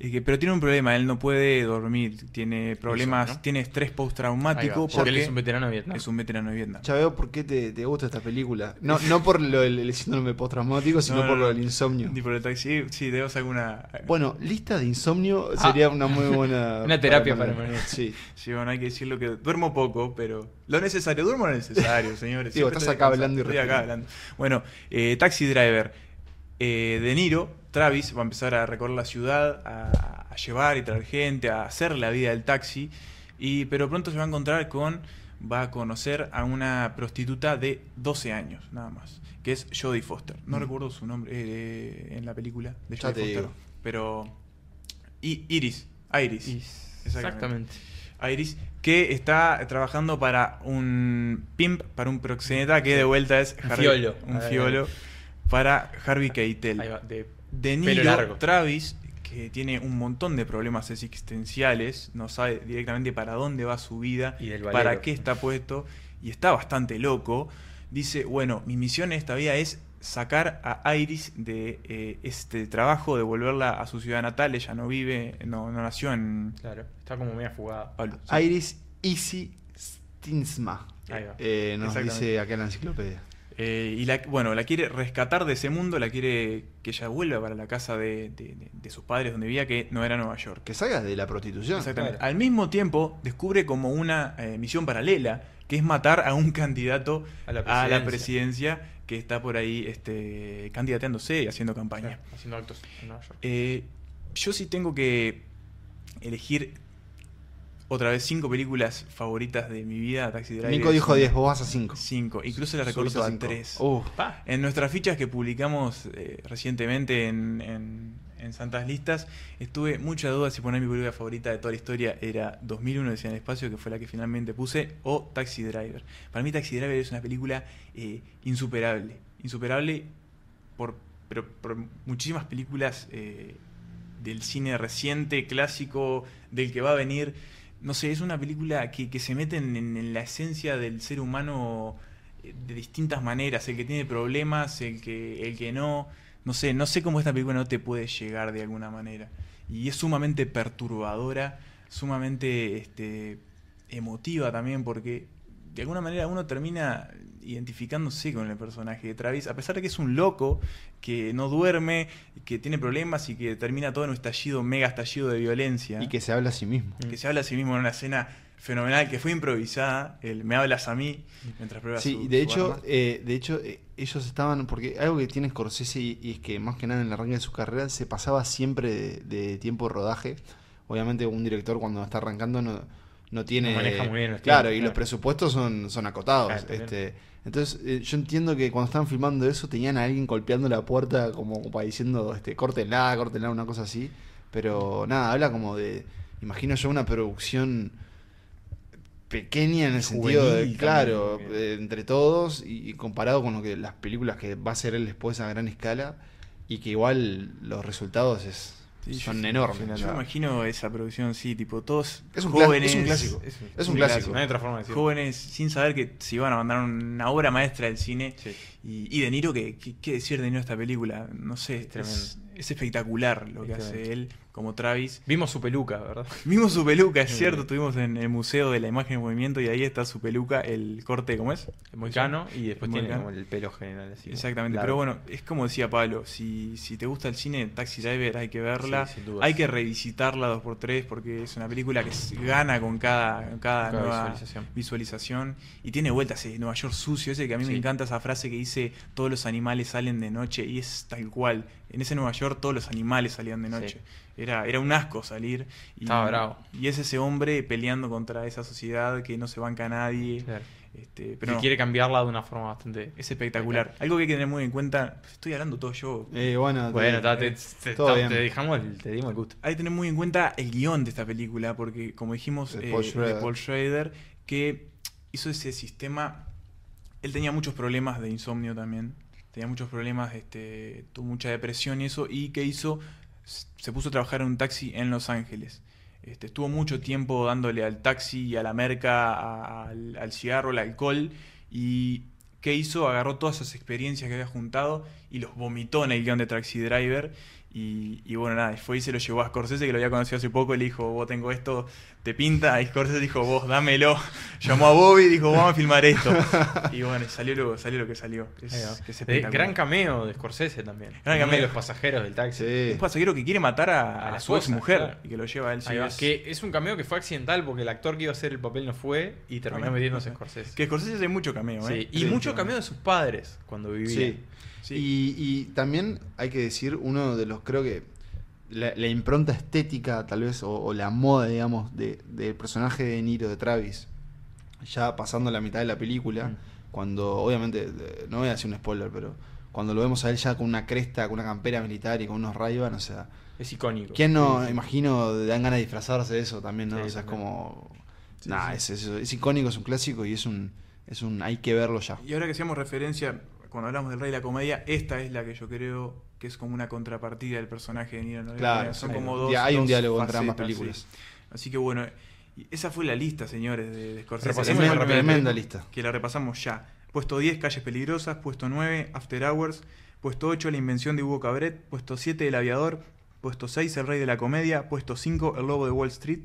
Speaker 1: Eh, que- pero tiene un problema, él no puede dormir, tiene problemas,
Speaker 3: ¿no?
Speaker 1: tiene estrés
Speaker 3: Ahí va,
Speaker 1: postraumático
Speaker 3: porque él
Speaker 1: porque
Speaker 3: es un veterano de Vietnam.
Speaker 1: es un veterano de Vietnam.
Speaker 2: Ya veo por qué te, te gusta esta película. No, no por lo del el síndrome postraumático, sino
Speaker 1: No, no,
Speaker 2: por
Speaker 1: no.
Speaker 2: lo del insomnio.
Speaker 1: Ni por el taxi, sí, debemos alguna...
Speaker 2: Bueno, lista de insomnio sería una muy buena.
Speaker 3: Una terapia para
Speaker 2: Manuel.
Speaker 3: Manuel.
Speaker 2: Sí.
Speaker 1: Sí, bueno, hay que decirlo que duermo poco, pero lo necesario, duermo lo necesario, señores.
Speaker 2: Digo,
Speaker 1: Siempre estoy
Speaker 2: estás acá
Speaker 1: descansando,
Speaker 2: hablando y
Speaker 1: Estoy acá
Speaker 2: respirando.
Speaker 1: hablando. Bueno, eh, Taxi Driver, eh, De Niro, Travis va a empezar a recorrer la ciudad, a, a llevar y traer gente, a hacer la vida del taxi, y, pero pronto se va a encontrar con, va a conocer a una prostituta de 12 años, nada más, que es Jodie Foster. No recuerdo su nombre eh, en la película de
Speaker 2: Mm. Ya te
Speaker 1: Jodie Foster,
Speaker 2: digo.
Speaker 1: pero... I- Iris, Iris.
Speaker 3: Y-
Speaker 1: Exactamente.
Speaker 3: Exactamente.
Speaker 1: Iris, que está trabajando para un pimp, para un proxeneta, que de vuelta es
Speaker 3: Un fiolo.
Speaker 1: un
Speaker 3: Ahí,
Speaker 1: fiolo, para Harvey
Speaker 3: Ahí va,
Speaker 1: Keitel.
Speaker 3: de-
Speaker 1: De
Speaker 3: Pelo
Speaker 1: Niro,
Speaker 3: largo.
Speaker 1: Travis, que tiene un montón de problemas existenciales, no sabe directamente para dónde va su vida,
Speaker 3: Y del
Speaker 1: para
Speaker 3: valero.
Speaker 1: qué está puesto, y está bastante loco. Dice, bueno, mi misión en esta vida es sacar a Iris de eh, este trabajo, devolverla a su ciudad natal, ella no vive, no, no nació en...
Speaker 3: Ah, Claro, está como media fugada.
Speaker 1: Pablo, sí.
Speaker 2: Iris Easy Stinsma.
Speaker 3: Ahí va.
Speaker 2: Eh, nos
Speaker 1: Exactamente.
Speaker 2: dice acá en la enciclopedia.
Speaker 1: Eh, y la, bueno, la quiere rescatar de ese mundo, la quiere que ella vuelva para la casa de, de- de- de sus padres donde vivía, que no era Nueva York.
Speaker 2: Que salgas de la prostitución.
Speaker 1: Exactamente.
Speaker 3: Ah, claro.
Speaker 1: Al mismo tiempo, descubre como una eh, misión paralela, que es matar a un candidato
Speaker 3: A la
Speaker 1: a la
Speaker 3: presidencia.
Speaker 1: presidencia que está por ahí este, candidateándose y haciendo campaña.
Speaker 3: Claro, Haciendo actos en Nueva York.
Speaker 1: Eh, yo sí tengo que elegir otra vez cinco películas favoritas de mi vida, Taxi Driver.
Speaker 2: Nico dijo
Speaker 1: es
Speaker 2: 10, vos vas a 5.
Speaker 1: Cinco. Incluso le recorto a tres.
Speaker 2: Uh,
Speaker 3: Pa.
Speaker 1: En nuestras fichas que publicamos eh, recientemente en, en- en Santas Listas, estuve mucha duda si poner mi película favorita de toda la historia era 2001 decía en el espacio, que fue la que finalmente puse, o Taxi Driver. Para mí Taxi Driver es una película eh, insuperable. Insuperable por, pero, por muchísimas películas eh, del cine reciente, clásico, del que va a venir. No sé, es una película que, que se mete en, en- en la esencia del ser humano eh, de distintas maneras, el que tiene problemas, el que, el que no, no sé, no sé cómo esta película no te puede llegar de alguna manera. Y es sumamente perturbadora, sumamente este, emotiva también, porque de alguna manera uno termina identificándose con el personaje de Travis, a pesar de que es un loco, que no duerme, que tiene problemas y que termina todo en un estallido, mega estallido de violencia
Speaker 2: y que se habla a sí mismo.
Speaker 1: que se habla a sí mismo en una escena fenomenal que fue improvisada, el me hablas a mí mientras pruebas
Speaker 2: Sí, y de hecho, eh, de hecho eh, ellos estaban, porque algo que tiene Scorsese y, y es que más que nada en el arranque de su carrera se pasaba siempre de, de tiempo de rodaje. Obviamente un director cuando está arrancando no, no tiene...
Speaker 3: No maneja muy bien los
Speaker 2: Claro,
Speaker 3: tiempos,
Speaker 2: y
Speaker 3: claro.
Speaker 2: los presupuestos son, son acotados.
Speaker 3: Claro, también.
Speaker 2: este, entonces eh, yo entiendo que cuando estaban filmando eso tenían a alguien golpeando la puerta como para diciendo, este, córtenla, córtenla, una cosa así. Pero nada, habla como de, imagino yo, una producción pequeña en el sentido de,
Speaker 1: Juvenil
Speaker 2: claro,
Speaker 1: también.
Speaker 2: eh, entre todos y, y comparado con lo que las películas que va a hacer él después a gran escala y que igual los resultados es, son enormes.
Speaker 1: Yo me imagino esa producción, sí, tipo todos
Speaker 2: Es un cla-
Speaker 1: jóvenes.
Speaker 2: es un clásico.
Speaker 1: es un-
Speaker 2: Es un clásico.
Speaker 3: No hay otra forma de decirlo.
Speaker 1: Jóvenes sin saber que se iban a mandar una obra maestra del cine.
Speaker 3: Sí.
Speaker 1: Y, y De Niro, ¿qué, qué, qué decir de Niro de esta película? No sé, es,
Speaker 3: tremendo.
Speaker 1: es espectacular lo que
Speaker 3: Es
Speaker 1: hace
Speaker 3: tremendo.
Speaker 1: él como Travis.
Speaker 3: Vimos su peluca, ¿verdad?
Speaker 1: Vimos su peluca, es
Speaker 3: Sí.
Speaker 1: cierto, estuvimos en el Museo de la Imagen en Movimiento y ahí está su peluca, el corte, ¿cómo es?
Speaker 3: El moicano y después tiene
Speaker 1: moicano.
Speaker 3: como el pelo general. Así,
Speaker 1: Exactamente,
Speaker 3: largo.
Speaker 1: pero bueno, es como decía Pablo, si, si te gusta el cine, Taxi Driver hay que verla,
Speaker 3: Sí, sin dudas.
Speaker 1: hay que revisitarla 2x3 porque es una película que s- gana con cada, con cada,
Speaker 3: Cada
Speaker 1: nueva
Speaker 3: visualización.
Speaker 1: visualización. y tiene vueltas ese Nueva York sucio, ese que a mí me
Speaker 3: Sí.
Speaker 1: encanta esa frase que dice todos los animales salen de noche y es tal cual, en ese Nueva York todos los animales salían de noche, era, era un asco salir y,
Speaker 3: Estaba bravo.
Speaker 1: y es ese hombre peleando contra esa sociedad que no se banca a nadie,
Speaker 3: Claro.
Speaker 1: este, pero
Speaker 3: Pero
Speaker 1: no.
Speaker 3: quiere cambiarla de una forma bastante.
Speaker 1: Es espectacular. Algo que hay que tener muy en cuenta. Estoy hablando todo yo.
Speaker 2: Eh, bueno,
Speaker 3: Bueno, ta, te,
Speaker 2: eh,
Speaker 3: te-
Speaker 2: todo
Speaker 3: ta,
Speaker 2: bien.
Speaker 3: te dejamos el- te dimos el gusto.
Speaker 1: Hay que tener muy en cuenta el guión de esta película, porque como dijimos,
Speaker 2: De
Speaker 1: eh,
Speaker 2: Paul
Speaker 1: de
Speaker 2: Schrader.
Speaker 1: Paul Schrader, que hizo ese sistema. Él tenía muchos problemas de insomnio también. Tenía muchos problemas, este, tuvo mucha depresión y eso. ¿Y qué hizo? S- Se puso a trabajar en un taxi en Los Ángeles. Este, estuvo mucho tiempo dándole al taxi y a la merca, a- al, al cigarro, al alcohol. ¿Y qué hizo? Agarró todas esas experiencias que había juntado y los vomitó en el guión de Taxi Driver. Y, y bueno, nada, y fue y se lo llevó a Scorsese, que lo había conocido hace poco, y le dijo, vos tengo esto, te pinta. Y Scorsese dijo, vos dámelo. Llamó a Bobby y dijo, vamos a filmar esto. y bueno, y salió lo, salió lo que salió. Es,
Speaker 3: Ahí va.
Speaker 1: que es
Speaker 3: Eh,
Speaker 1: espectacular.
Speaker 3: gran cameo de Scorsese también.
Speaker 1: Gran
Speaker 3: Uno de
Speaker 1: cameo.
Speaker 3: los pasajeros del taxi.
Speaker 2: sí.
Speaker 1: Un pasajero que quiere matar a,
Speaker 3: A la
Speaker 1: a su ex
Speaker 3: esposa,
Speaker 1: mujer
Speaker 3: claro.
Speaker 1: y que lo lleva a él. sí,
Speaker 3: Ahí va.
Speaker 1: es-
Speaker 3: Que es un cameo que fue accidental porque el actor que iba a hacer el papel no fue y terminó
Speaker 1: Ah,
Speaker 3: metiéndose
Speaker 1: ok.
Speaker 3: Scorsese.
Speaker 1: Que Scorsese hace mucho cameo,
Speaker 3: Sí,
Speaker 1: ¿eh?
Speaker 3: Y mucho cameo de sus padres cuando vivía.
Speaker 2: Sí.
Speaker 1: Sí.
Speaker 2: Y, y también hay que decir, uno de los, creo que la, la impronta estética, tal vez, o, o la moda, digamos, de- del personaje de Niro, de Travis, ya pasando la mitad de la película,
Speaker 3: Mm.
Speaker 2: cuando, obviamente, de- no voy a hacer un spoiler, pero cuando lo vemos a él ya con una cresta, con una campera militar y con unos ray o sea,
Speaker 3: Es icónico.
Speaker 2: ¿quién no,
Speaker 3: Sí,
Speaker 2: imagino, dan ganas de disfrazarse de eso también, ¿no?
Speaker 3: Sí,
Speaker 2: o sea,
Speaker 3: también.
Speaker 2: es como... nah, Es, es- es icónico, es un clásico y es un, es un... hay que verlo ya.
Speaker 1: Y ahora que hacíamos referencia, cuando hablamos del rey de la comedia, esta es la que yo creo que es como una contrapartida del personaje de Niro. ¿no?
Speaker 2: Claro,
Speaker 1: son
Speaker 2: hay-
Speaker 1: como dos.
Speaker 2: hay un
Speaker 1: dos
Speaker 2: diálogo entre ambas
Speaker 1: facetas,
Speaker 2: películas.
Speaker 1: sí. Así que bueno, y esa fue la lista, señores, de, de Scorsese.
Speaker 3: Repasemos
Speaker 1: Esa
Speaker 2: Tremenda,
Speaker 1: fue la
Speaker 2: tremenda
Speaker 1: primera
Speaker 2: lista.
Speaker 1: que la repasamos ya. Puesto 10, Calles Peligrosas. Puesto 9, After Hours. Puesto 8, La Invención de Hugo Cabret. Puesto 7, El Aviador. Puesto 6, El Rey de la Comedia. Puesto 5, El Lobo de Wall Street.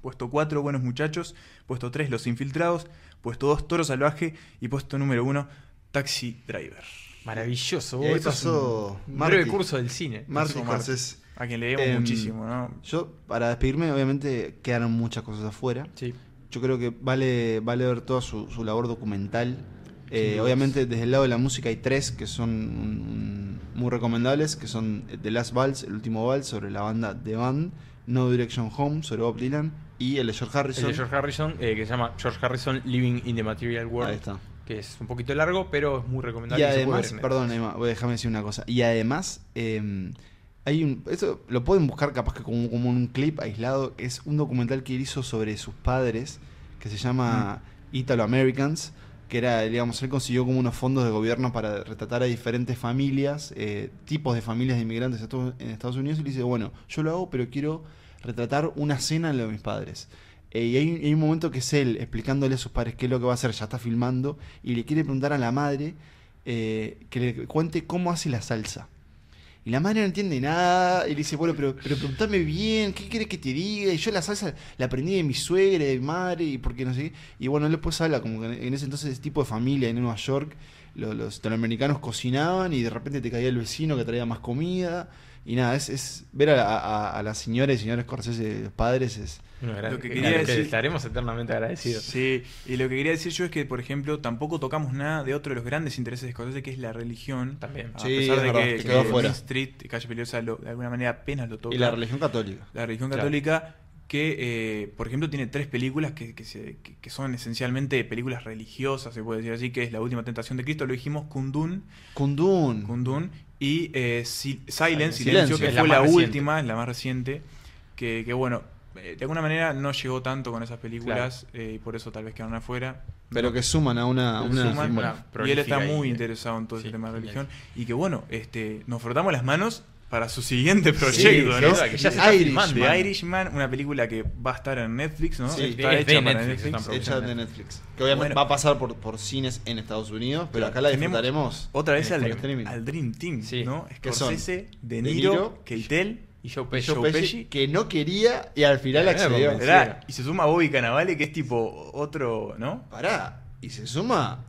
Speaker 1: Puesto 4, Buenos Muchachos. Puesto 3, Los Infiltrados. Puesto 2, Toro Salvaje. Y puesto número 1, Taxi Driver.
Speaker 3: Maravilloso,
Speaker 2: Y ahí
Speaker 3: vos. sos
Speaker 2: pasó
Speaker 3: un
Speaker 2: Marty.
Speaker 3: breve curso del cine.
Speaker 2: Martin
Speaker 1: Pasó Marty.
Speaker 2: Scorsese.
Speaker 1: A quien le debemos
Speaker 2: Em,
Speaker 1: muchísimo, ¿no?
Speaker 2: Yo, para despedirme, obviamente quedaron muchas cosas afuera.
Speaker 3: Sí.
Speaker 2: Yo creo que vale, vale ver toda su, su labor documental. Eh, obviamente, desde el lado de la música hay tres que son un- muy recomendables, que son eh, The Last Vals, el último vals sobre la banda The Band, No Direction Home sobre Bob Dylan y el de George
Speaker 3: El
Speaker 2: Harrison.
Speaker 3: de George Harrison, eh, que se llama George Harrison Living in the Material World.
Speaker 2: Ahí está.
Speaker 3: Que es un poquito largo, pero es muy recomendable.
Speaker 2: Y
Speaker 3: se puede
Speaker 2: además,
Speaker 3: ver en
Speaker 2: perdón, Emma, voy a déjame decir una cosa. Y además, eh, hay un. Esto lo pueden buscar capaz que como, como un clip aislado. Es un documental que él hizo sobre sus padres, que se llama
Speaker 3: Mm.
Speaker 2: Italo Americans. Que era, digamos, él consiguió como unos fondos de gobierno para retratar a diferentes familias, eh, tipos de familias de inmigrantes estu- en Estados Unidos. Y le dice, bueno, yo lo hago, pero quiero retratar una cena de mis padres. Eh, y hay, hay un momento que es él explicándole a sus padres qué es lo que va a hacer, ya está filmando, y le quiere preguntar a la madre eh, que le cuente cómo hace la salsa. Y la madre no entiende nada, y le dice, bueno, pero, pero preguntame bien, ¿qué quieres que te diga? Y yo la salsa la aprendí de mi suegra, de mi madre, y porque no sé qué. Y bueno, él después habla, como que en- en ese entonces ese tipo de familia en Nueva York, lo- los italoamericanos cocinaban y de repente te caía el vecino que traía más comida. Y nada, es, es ver a, la- a- a la señora y señores Scorsese, los padres, es...
Speaker 3: Una gran-
Speaker 1: Lo que
Speaker 3: que
Speaker 1: quería decir-
Speaker 3: estaremos eternamente agradecidos.
Speaker 1: Sí, y lo que quería decir yo es que, por ejemplo, tampoco tocamos nada de otro de los grandes intereses de Scorsese, que es la religión.
Speaker 3: También.
Speaker 1: A
Speaker 2: Sí,
Speaker 1: pesar
Speaker 2: es
Speaker 1: de
Speaker 2: verdad,
Speaker 1: que,
Speaker 2: que quedó
Speaker 1: eh,
Speaker 2: fuera.
Speaker 1: Main Street y Calle Peligrosa lo- de alguna manera apenas lo toca.
Speaker 2: Y la religión católica.
Speaker 1: la religión
Speaker 3: Claro.
Speaker 1: católica, que eh, por ejemplo tiene tres películas que, que se- que- que son esencialmente películas religiosas, se puede decir así, que es La Última Tentación de Cristo, lo dijimos, Kundun,
Speaker 2: Kundun.
Speaker 1: Kundun y eh, Si- Silent,
Speaker 2: Silencio,
Speaker 1: Silencio,
Speaker 2: que
Speaker 1: que
Speaker 3: es la
Speaker 1: fue
Speaker 3: más
Speaker 1: la,
Speaker 3: reciente.
Speaker 1: última, es la más reciente, que, que, bueno, eh, de alguna manera no llegó tanto con esas películas eh, y por eso tal vez quedaron afuera.
Speaker 2: Pero que suman a una...
Speaker 1: Lo
Speaker 2: una-
Speaker 1: suman,
Speaker 2: bueno,
Speaker 3: una-
Speaker 1: y él está
Speaker 3: prolífica
Speaker 1: muy
Speaker 3: y-
Speaker 1: interesado en todo
Speaker 3: sí,
Speaker 1: ese tema de
Speaker 3: y-
Speaker 1: religión. Y que bueno, este, nos frotamos las manos para su siguiente proyecto,
Speaker 3: sí,
Speaker 1: ¿no?
Speaker 3: sí, que ya se está
Speaker 2: Irishman.
Speaker 3: filmando.
Speaker 1: The Irishman, una película que va a estar en Netflix, ¿no?
Speaker 2: Sí,
Speaker 1: está
Speaker 3: es de
Speaker 1: hecha para
Speaker 3: Netflix,
Speaker 1: Netflix.
Speaker 3: están
Speaker 2: hecha de Netflix. Que obviamente
Speaker 1: Bueno.
Speaker 2: va a pasar por, por cines en Estados Unidos, pero
Speaker 1: Claro.
Speaker 2: acá la
Speaker 1: Tenemos-
Speaker 2: disfrutaremos.
Speaker 1: Otra vez
Speaker 2: en
Speaker 1: al,
Speaker 2: streaming.
Speaker 1: al Dream Team,
Speaker 3: Sí.
Speaker 1: ¿no?
Speaker 2: ¿Qué son?
Speaker 1: Scorsese, De
Speaker 2: De
Speaker 1: Niro,
Speaker 2: Niro,
Speaker 1: Keitel,
Speaker 3: Y yo
Speaker 1: Pesci.
Speaker 2: Joe Pesci,
Speaker 1: Pesci.
Speaker 2: que no quería y al final
Speaker 3: Eh,
Speaker 2: accedió.
Speaker 3: convencido.
Speaker 1: ¿verdad? Y se suma Bobby Cannavale, que es tipo otro, ¿no?
Speaker 2: Pará, y se suma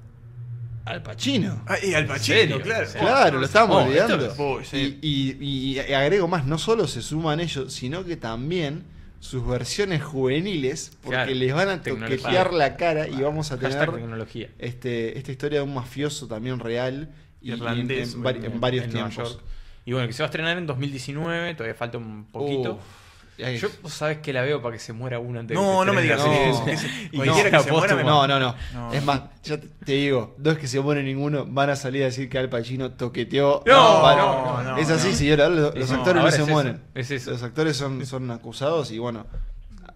Speaker 2: al Pacino.
Speaker 1: Ah, y Al Pacino,
Speaker 3: serio?
Speaker 1: claro.
Speaker 3: Sí.
Speaker 2: Claro, lo estábamos
Speaker 3: Oh,
Speaker 2: olvidando.
Speaker 1: esto es- oh, sí.
Speaker 2: y, y- y agrego más, no solo se suman ellos, sino que también sus versiones juveniles, porque
Speaker 3: Claro.
Speaker 2: les van a
Speaker 3: Tecnología.
Speaker 2: toquetear la cara y vamos a
Speaker 3: Hashtag
Speaker 2: tener
Speaker 3: tecnología.
Speaker 2: este, esta historia de un mafioso también real y, y en-
Speaker 1: Irlandés,
Speaker 2: en, vari- en
Speaker 1: obviamente,
Speaker 2: varios
Speaker 3: en Nueva
Speaker 2: tiempos.
Speaker 3: York. Y bueno, que se va a estrenar en 2019, todavía falta un poquito.
Speaker 2: Uf, ahí-
Speaker 3: Yo, vos sabés que la veo para que se muera uno antes de que
Speaker 1: No,
Speaker 3: se
Speaker 1: no me digas
Speaker 3: estrene la
Speaker 1: eso.
Speaker 3: película.
Speaker 1: que se-
Speaker 3: Y
Speaker 1: Cualquiera
Speaker 3: no,
Speaker 1: que se muera me
Speaker 2: no, no, no,
Speaker 1: No.
Speaker 2: Es más, ya te, te digo, dos que se muere ninguno van a salir a decir que Al Pacino toqueteó.
Speaker 3: No,
Speaker 2: Vale.
Speaker 1: no, no,
Speaker 2: Es así,
Speaker 1: no.
Speaker 2: señora. Los, los
Speaker 1: No,
Speaker 2: actores no
Speaker 3: ahora
Speaker 2: se
Speaker 3: es eso,
Speaker 2: mueren.
Speaker 3: es eso.
Speaker 2: Los actores son, son acusados y bueno,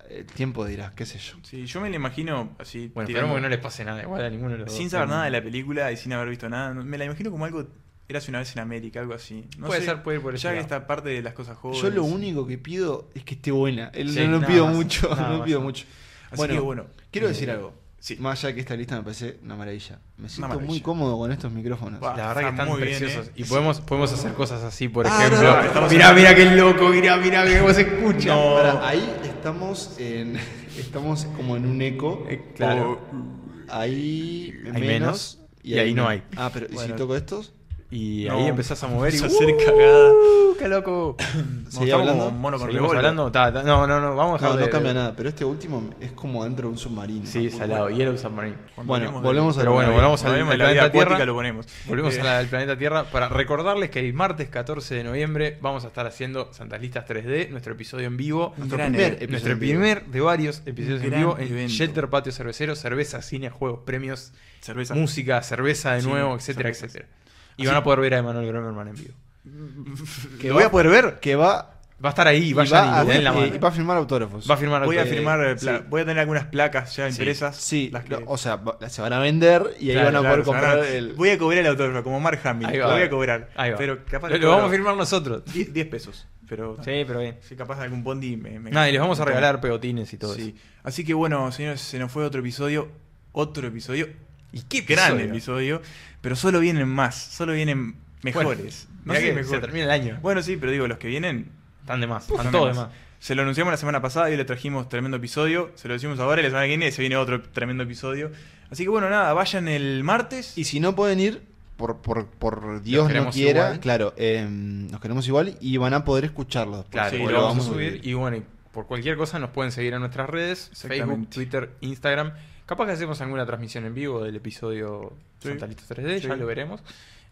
Speaker 2: el tiempo dirá, qué sé yo.
Speaker 1: Sí, yo me lo imagino así.
Speaker 3: Bueno,
Speaker 1: tirando-
Speaker 3: esperemos que no les pase nada igual a ninguno de los dos.
Speaker 1: Sin saber nada de la película y sin haber visto nada, no- me la imagino como algo. Eras una vez en América, algo así. No
Speaker 3: Puede
Speaker 1: sé,
Speaker 3: ser, puede ir por ese
Speaker 1: Ya que
Speaker 3: lado.
Speaker 1: esta parte de las cosas jóvenes.
Speaker 2: Yo lo único que pido es que esté buena. El-
Speaker 3: Sí,
Speaker 2: no
Speaker 3: nada
Speaker 2: pido
Speaker 3: más,
Speaker 2: mucho,
Speaker 3: nada
Speaker 2: no
Speaker 3: más.
Speaker 2: pido mucho.
Speaker 1: Así que bueno.
Speaker 2: Quiero
Speaker 1: eh,
Speaker 2: decir algo.
Speaker 1: Sí.
Speaker 2: Más allá de que esta lista me parece una maravilla. Me siento
Speaker 1: maravilla.
Speaker 2: muy cómodo con estos micrófonos.
Speaker 1: Buah,
Speaker 3: La verdad que
Speaker 1: Está
Speaker 3: están
Speaker 1: muy bien,
Speaker 3: preciosos.
Speaker 1: ¿eh?
Speaker 3: Y podemos, podemos hacer cosas así, por
Speaker 2: Ah,
Speaker 3: ejemplo.
Speaker 2: no, no, estamos
Speaker 3: mirá, mirá qué loco, mirá, mirá que vos escuchas.
Speaker 1: No.
Speaker 2: Pará, ahí estamos en estamos como en un eco.
Speaker 3: Eh, claro.
Speaker 1: Oh,
Speaker 2: Ahí
Speaker 3: Hay menos, y ahí no hay.
Speaker 2: Ah, pero ¿y si
Speaker 1: Bueno.
Speaker 2: toco estos?
Speaker 3: Y
Speaker 1: No.
Speaker 3: ahí empezás a mover y.
Speaker 1: Vamos a hacer cagada.
Speaker 3: ¡Uh, ¡Qué loco!
Speaker 2: ¿Seguí
Speaker 1: estamos
Speaker 2: hablando?
Speaker 1: como un mono con
Speaker 3: ¿Seguimos
Speaker 1: revólver.
Speaker 3: hablando? Ta, ta, no, no, no, vamos a
Speaker 2: No,
Speaker 3: dejar
Speaker 2: no
Speaker 3: de-
Speaker 2: cambia nada, pero este último es como dentro de un submarino. Ah,
Speaker 3: Sí, salado. Y era submarino.
Speaker 1: Cuando
Speaker 2: Bueno,
Speaker 1: hablemos de-
Speaker 2: volvemos a
Speaker 3: Pero
Speaker 2: lo
Speaker 3: bueno,
Speaker 2: que-
Speaker 3: volvamos al-
Speaker 1: hablemos de
Speaker 3: al
Speaker 1: la vida
Speaker 3: planeta
Speaker 1: acuática,
Speaker 3: Tierra.
Speaker 1: lo ponemos.
Speaker 3: Volvemos
Speaker 1: Eh,
Speaker 3: a la del planeta Tierra para recordarles que el martes 14 de noviembre vamos a estar haciendo Santas Listas 3D, nuestro episodio en vivo.
Speaker 1: Un
Speaker 2: nuestro
Speaker 1: gran
Speaker 2: primer
Speaker 1: evento.
Speaker 2: episodio
Speaker 3: Nuestro
Speaker 2: en vivo.
Speaker 3: primer de varios episodios
Speaker 1: Un
Speaker 3: en
Speaker 1: gran
Speaker 3: vivo en
Speaker 1: evento.
Speaker 3: Shelter Patio Cervecero, cerveza, cine, juegos, premios,
Speaker 1: cerveza.
Speaker 3: música, cerveza de
Speaker 1: Cine,
Speaker 3: nuevo, etcétera,
Speaker 1: cervezas.
Speaker 3: etcétera. Y van a poder ver a Emanuel Gromerman en vivo.
Speaker 2: que voy a poder ver que va
Speaker 3: Va a estar ahí,
Speaker 2: y
Speaker 3: vayan
Speaker 2: va
Speaker 3: y le
Speaker 2: a-
Speaker 3: den la
Speaker 2: eh,
Speaker 3: mano.
Speaker 2: y va a firmar autógrafos.
Speaker 3: Va a firmar
Speaker 1: Voy a
Speaker 3: autógrafos.
Speaker 1: firmar, eh, pla-
Speaker 2: sí.
Speaker 1: voy a tener algunas placas ya impresas.
Speaker 2: Sí,
Speaker 1: las
Speaker 2: lo-
Speaker 1: que-
Speaker 2: o sea, va- se van a vender y ahí
Speaker 3: Claro,
Speaker 2: van a
Speaker 1: Claro,
Speaker 2: poder
Speaker 1: se van a-
Speaker 2: comprar el
Speaker 1: Voy a cobrar el autógrafo, como Mark Hamill.
Speaker 3: Ahí
Speaker 1: Lo
Speaker 3: va.
Speaker 1: voy a cobrar.
Speaker 3: Ahí va.
Speaker 1: Pero capaz
Speaker 3: lo,
Speaker 1: de
Speaker 3: lo vamos a
Speaker 1: cobrar
Speaker 3: firmar nosotros.
Speaker 1: 10 10 pesos. Pero
Speaker 3: Sí, pero bien.
Speaker 1: si capaz algún bondi me. me-
Speaker 3: Nada, y les vamos a
Speaker 1: me toma.
Speaker 3: regalar pegotines y todo
Speaker 1: Sí.
Speaker 3: eso.
Speaker 1: Así que bueno, señores, se nos fue otro episodio. Otro episodio.
Speaker 3: ¿Y qué
Speaker 1: Gran
Speaker 3: episodio?
Speaker 1: episodio. Pero solo vienen más. Solo vienen mejores.
Speaker 3: Bueno, mirá
Speaker 1: no sé
Speaker 3: que
Speaker 1: mejor.
Speaker 3: se termina el año.
Speaker 1: Bueno, sí, pero digo, los que vienen.
Speaker 3: Están de más.
Speaker 1: Puf,
Speaker 3: Están
Speaker 1: no
Speaker 3: todos de
Speaker 1: me
Speaker 3: más.
Speaker 1: más. Se lo anunciamos la semana pasada y le trajimos tremendo episodio. Se lo decimos ahora y la semana que viene se viene otro tremendo episodio. Así que bueno, nada, vayan el martes.
Speaker 2: Y si no pueden ir, por, por, por Dios no
Speaker 3: queremos
Speaker 2: quiera,
Speaker 3: igual.
Speaker 2: claro, eh, nos queremos igual y van a poder escucharlo. después,
Speaker 3: Claro,
Speaker 1: Sí,
Speaker 3: y
Speaker 2: porque
Speaker 3: lo vamos a subir. Y bueno, y por cualquier cosa nos pueden seguir en nuestras redes: Facebook,
Speaker 1: Exactamente.
Speaker 3: Twitter, Instagram. Capaz que hacemos alguna transmisión en vivo del episodio
Speaker 1: Sí.
Speaker 3: Santalitos 3D, ya
Speaker 1: Sí.
Speaker 3: lo veremos.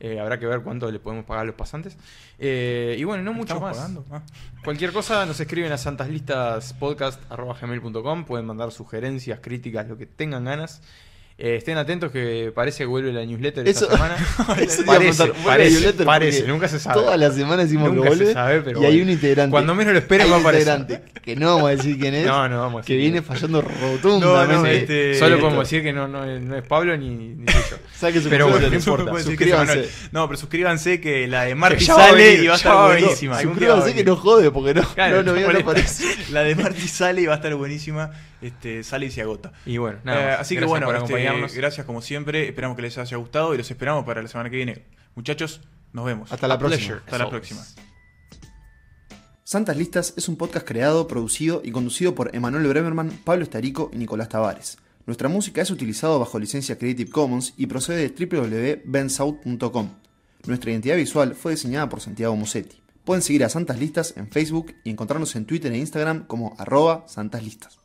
Speaker 3: Eh, habrá que ver cuánto le podemos pagar a los pasantes. Eh, y bueno, no mucho
Speaker 1: ¿Estamos
Speaker 3: más.
Speaker 1: pagando? Ah.
Speaker 3: Cualquier cosa nos escriben a santaslistaspodcast.com. Pueden mandar sugerencias, críticas, lo que tengan ganas. Eh, estén atentos que parece que vuelve la newsletter
Speaker 2: Eso-
Speaker 3: esta semana.
Speaker 2: Eso te iba a
Speaker 3: parece,
Speaker 2: preguntar, bueno,
Speaker 3: parece,
Speaker 2: Violeta,
Speaker 3: parece,
Speaker 2: porque
Speaker 3: nunca se sabe.
Speaker 2: Todas las semanas decimos
Speaker 3: Nunca
Speaker 2: que
Speaker 3: se
Speaker 2: vuelve
Speaker 3: sabe, pero
Speaker 2: y hay
Speaker 3: bueno.
Speaker 2: un integrante.
Speaker 3: Cuando menos lo esperes
Speaker 2: Hay
Speaker 3: va a
Speaker 2: un
Speaker 3: aparecer.
Speaker 2: integrante que no vamos a decir quién es,
Speaker 3: No, no, vamos a decir
Speaker 2: que
Speaker 3: quién
Speaker 2: viene
Speaker 3: es.
Speaker 2: fallando
Speaker 1: No,
Speaker 2: rotundamente.
Speaker 1: no,
Speaker 3: Solamente-
Speaker 1: este-
Speaker 3: solo
Speaker 1: esto.
Speaker 3: podemos decir que no, no, es- no es Pablo ni, ni soy yo.
Speaker 2: Saque su
Speaker 3: Pero bueno, no
Speaker 2: conclusión.
Speaker 3: importa.
Speaker 1: Puede decir que
Speaker 2: Suscríbanse.
Speaker 1: sea Manuel. No, pero suscríbanse que la de Marty
Speaker 3: Que ya va a
Speaker 1: sale
Speaker 3: venir,
Speaker 1: y va a
Speaker 3: ya
Speaker 1: estar
Speaker 3: va a venir.
Speaker 1: buenísima. Algún día va a
Speaker 2: Suscríbanse que
Speaker 1: venir.
Speaker 2: no jode porque no,
Speaker 3: Claro,
Speaker 2: no, no,
Speaker 3: ya
Speaker 2: no
Speaker 3: molesta.
Speaker 2: aparece.
Speaker 1: La de Marty sale y va a estar buenísima. Este, sale y se agota.
Speaker 3: Y bueno,
Speaker 1: Eh,
Speaker 3: nada. más.
Speaker 1: así que
Speaker 3: Gracias
Speaker 1: bueno,
Speaker 3: por
Speaker 1: este,
Speaker 3: acompañarnos.
Speaker 1: gracias como siempre. Esperamos que les haya gustado y los esperamos para la semana que viene. Muchachos, nos vemos.
Speaker 2: Hasta la
Speaker 3: A
Speaker 2: próxima.
Speaker 3: pleasure.
Speaker 1: Hasta la
Speaker 3: As
Speaker 1: próxima.
Speaker 3: always.
Speaker 10: Santas Listas es un podcast creado, producido y conducido por Emanuel Bremerman, Pablo Estarico y Nicolás Tavares. Nuestra música es utilizada bajo licencia Creative Commons y procede de www.bensout.com. Nuestra identidad visual fue diseñada por Santiago Musetti. Pueden seguir a Santas Listas en Facebook y encontrarnos en Twitter e Instagram como arroba Santas Listas.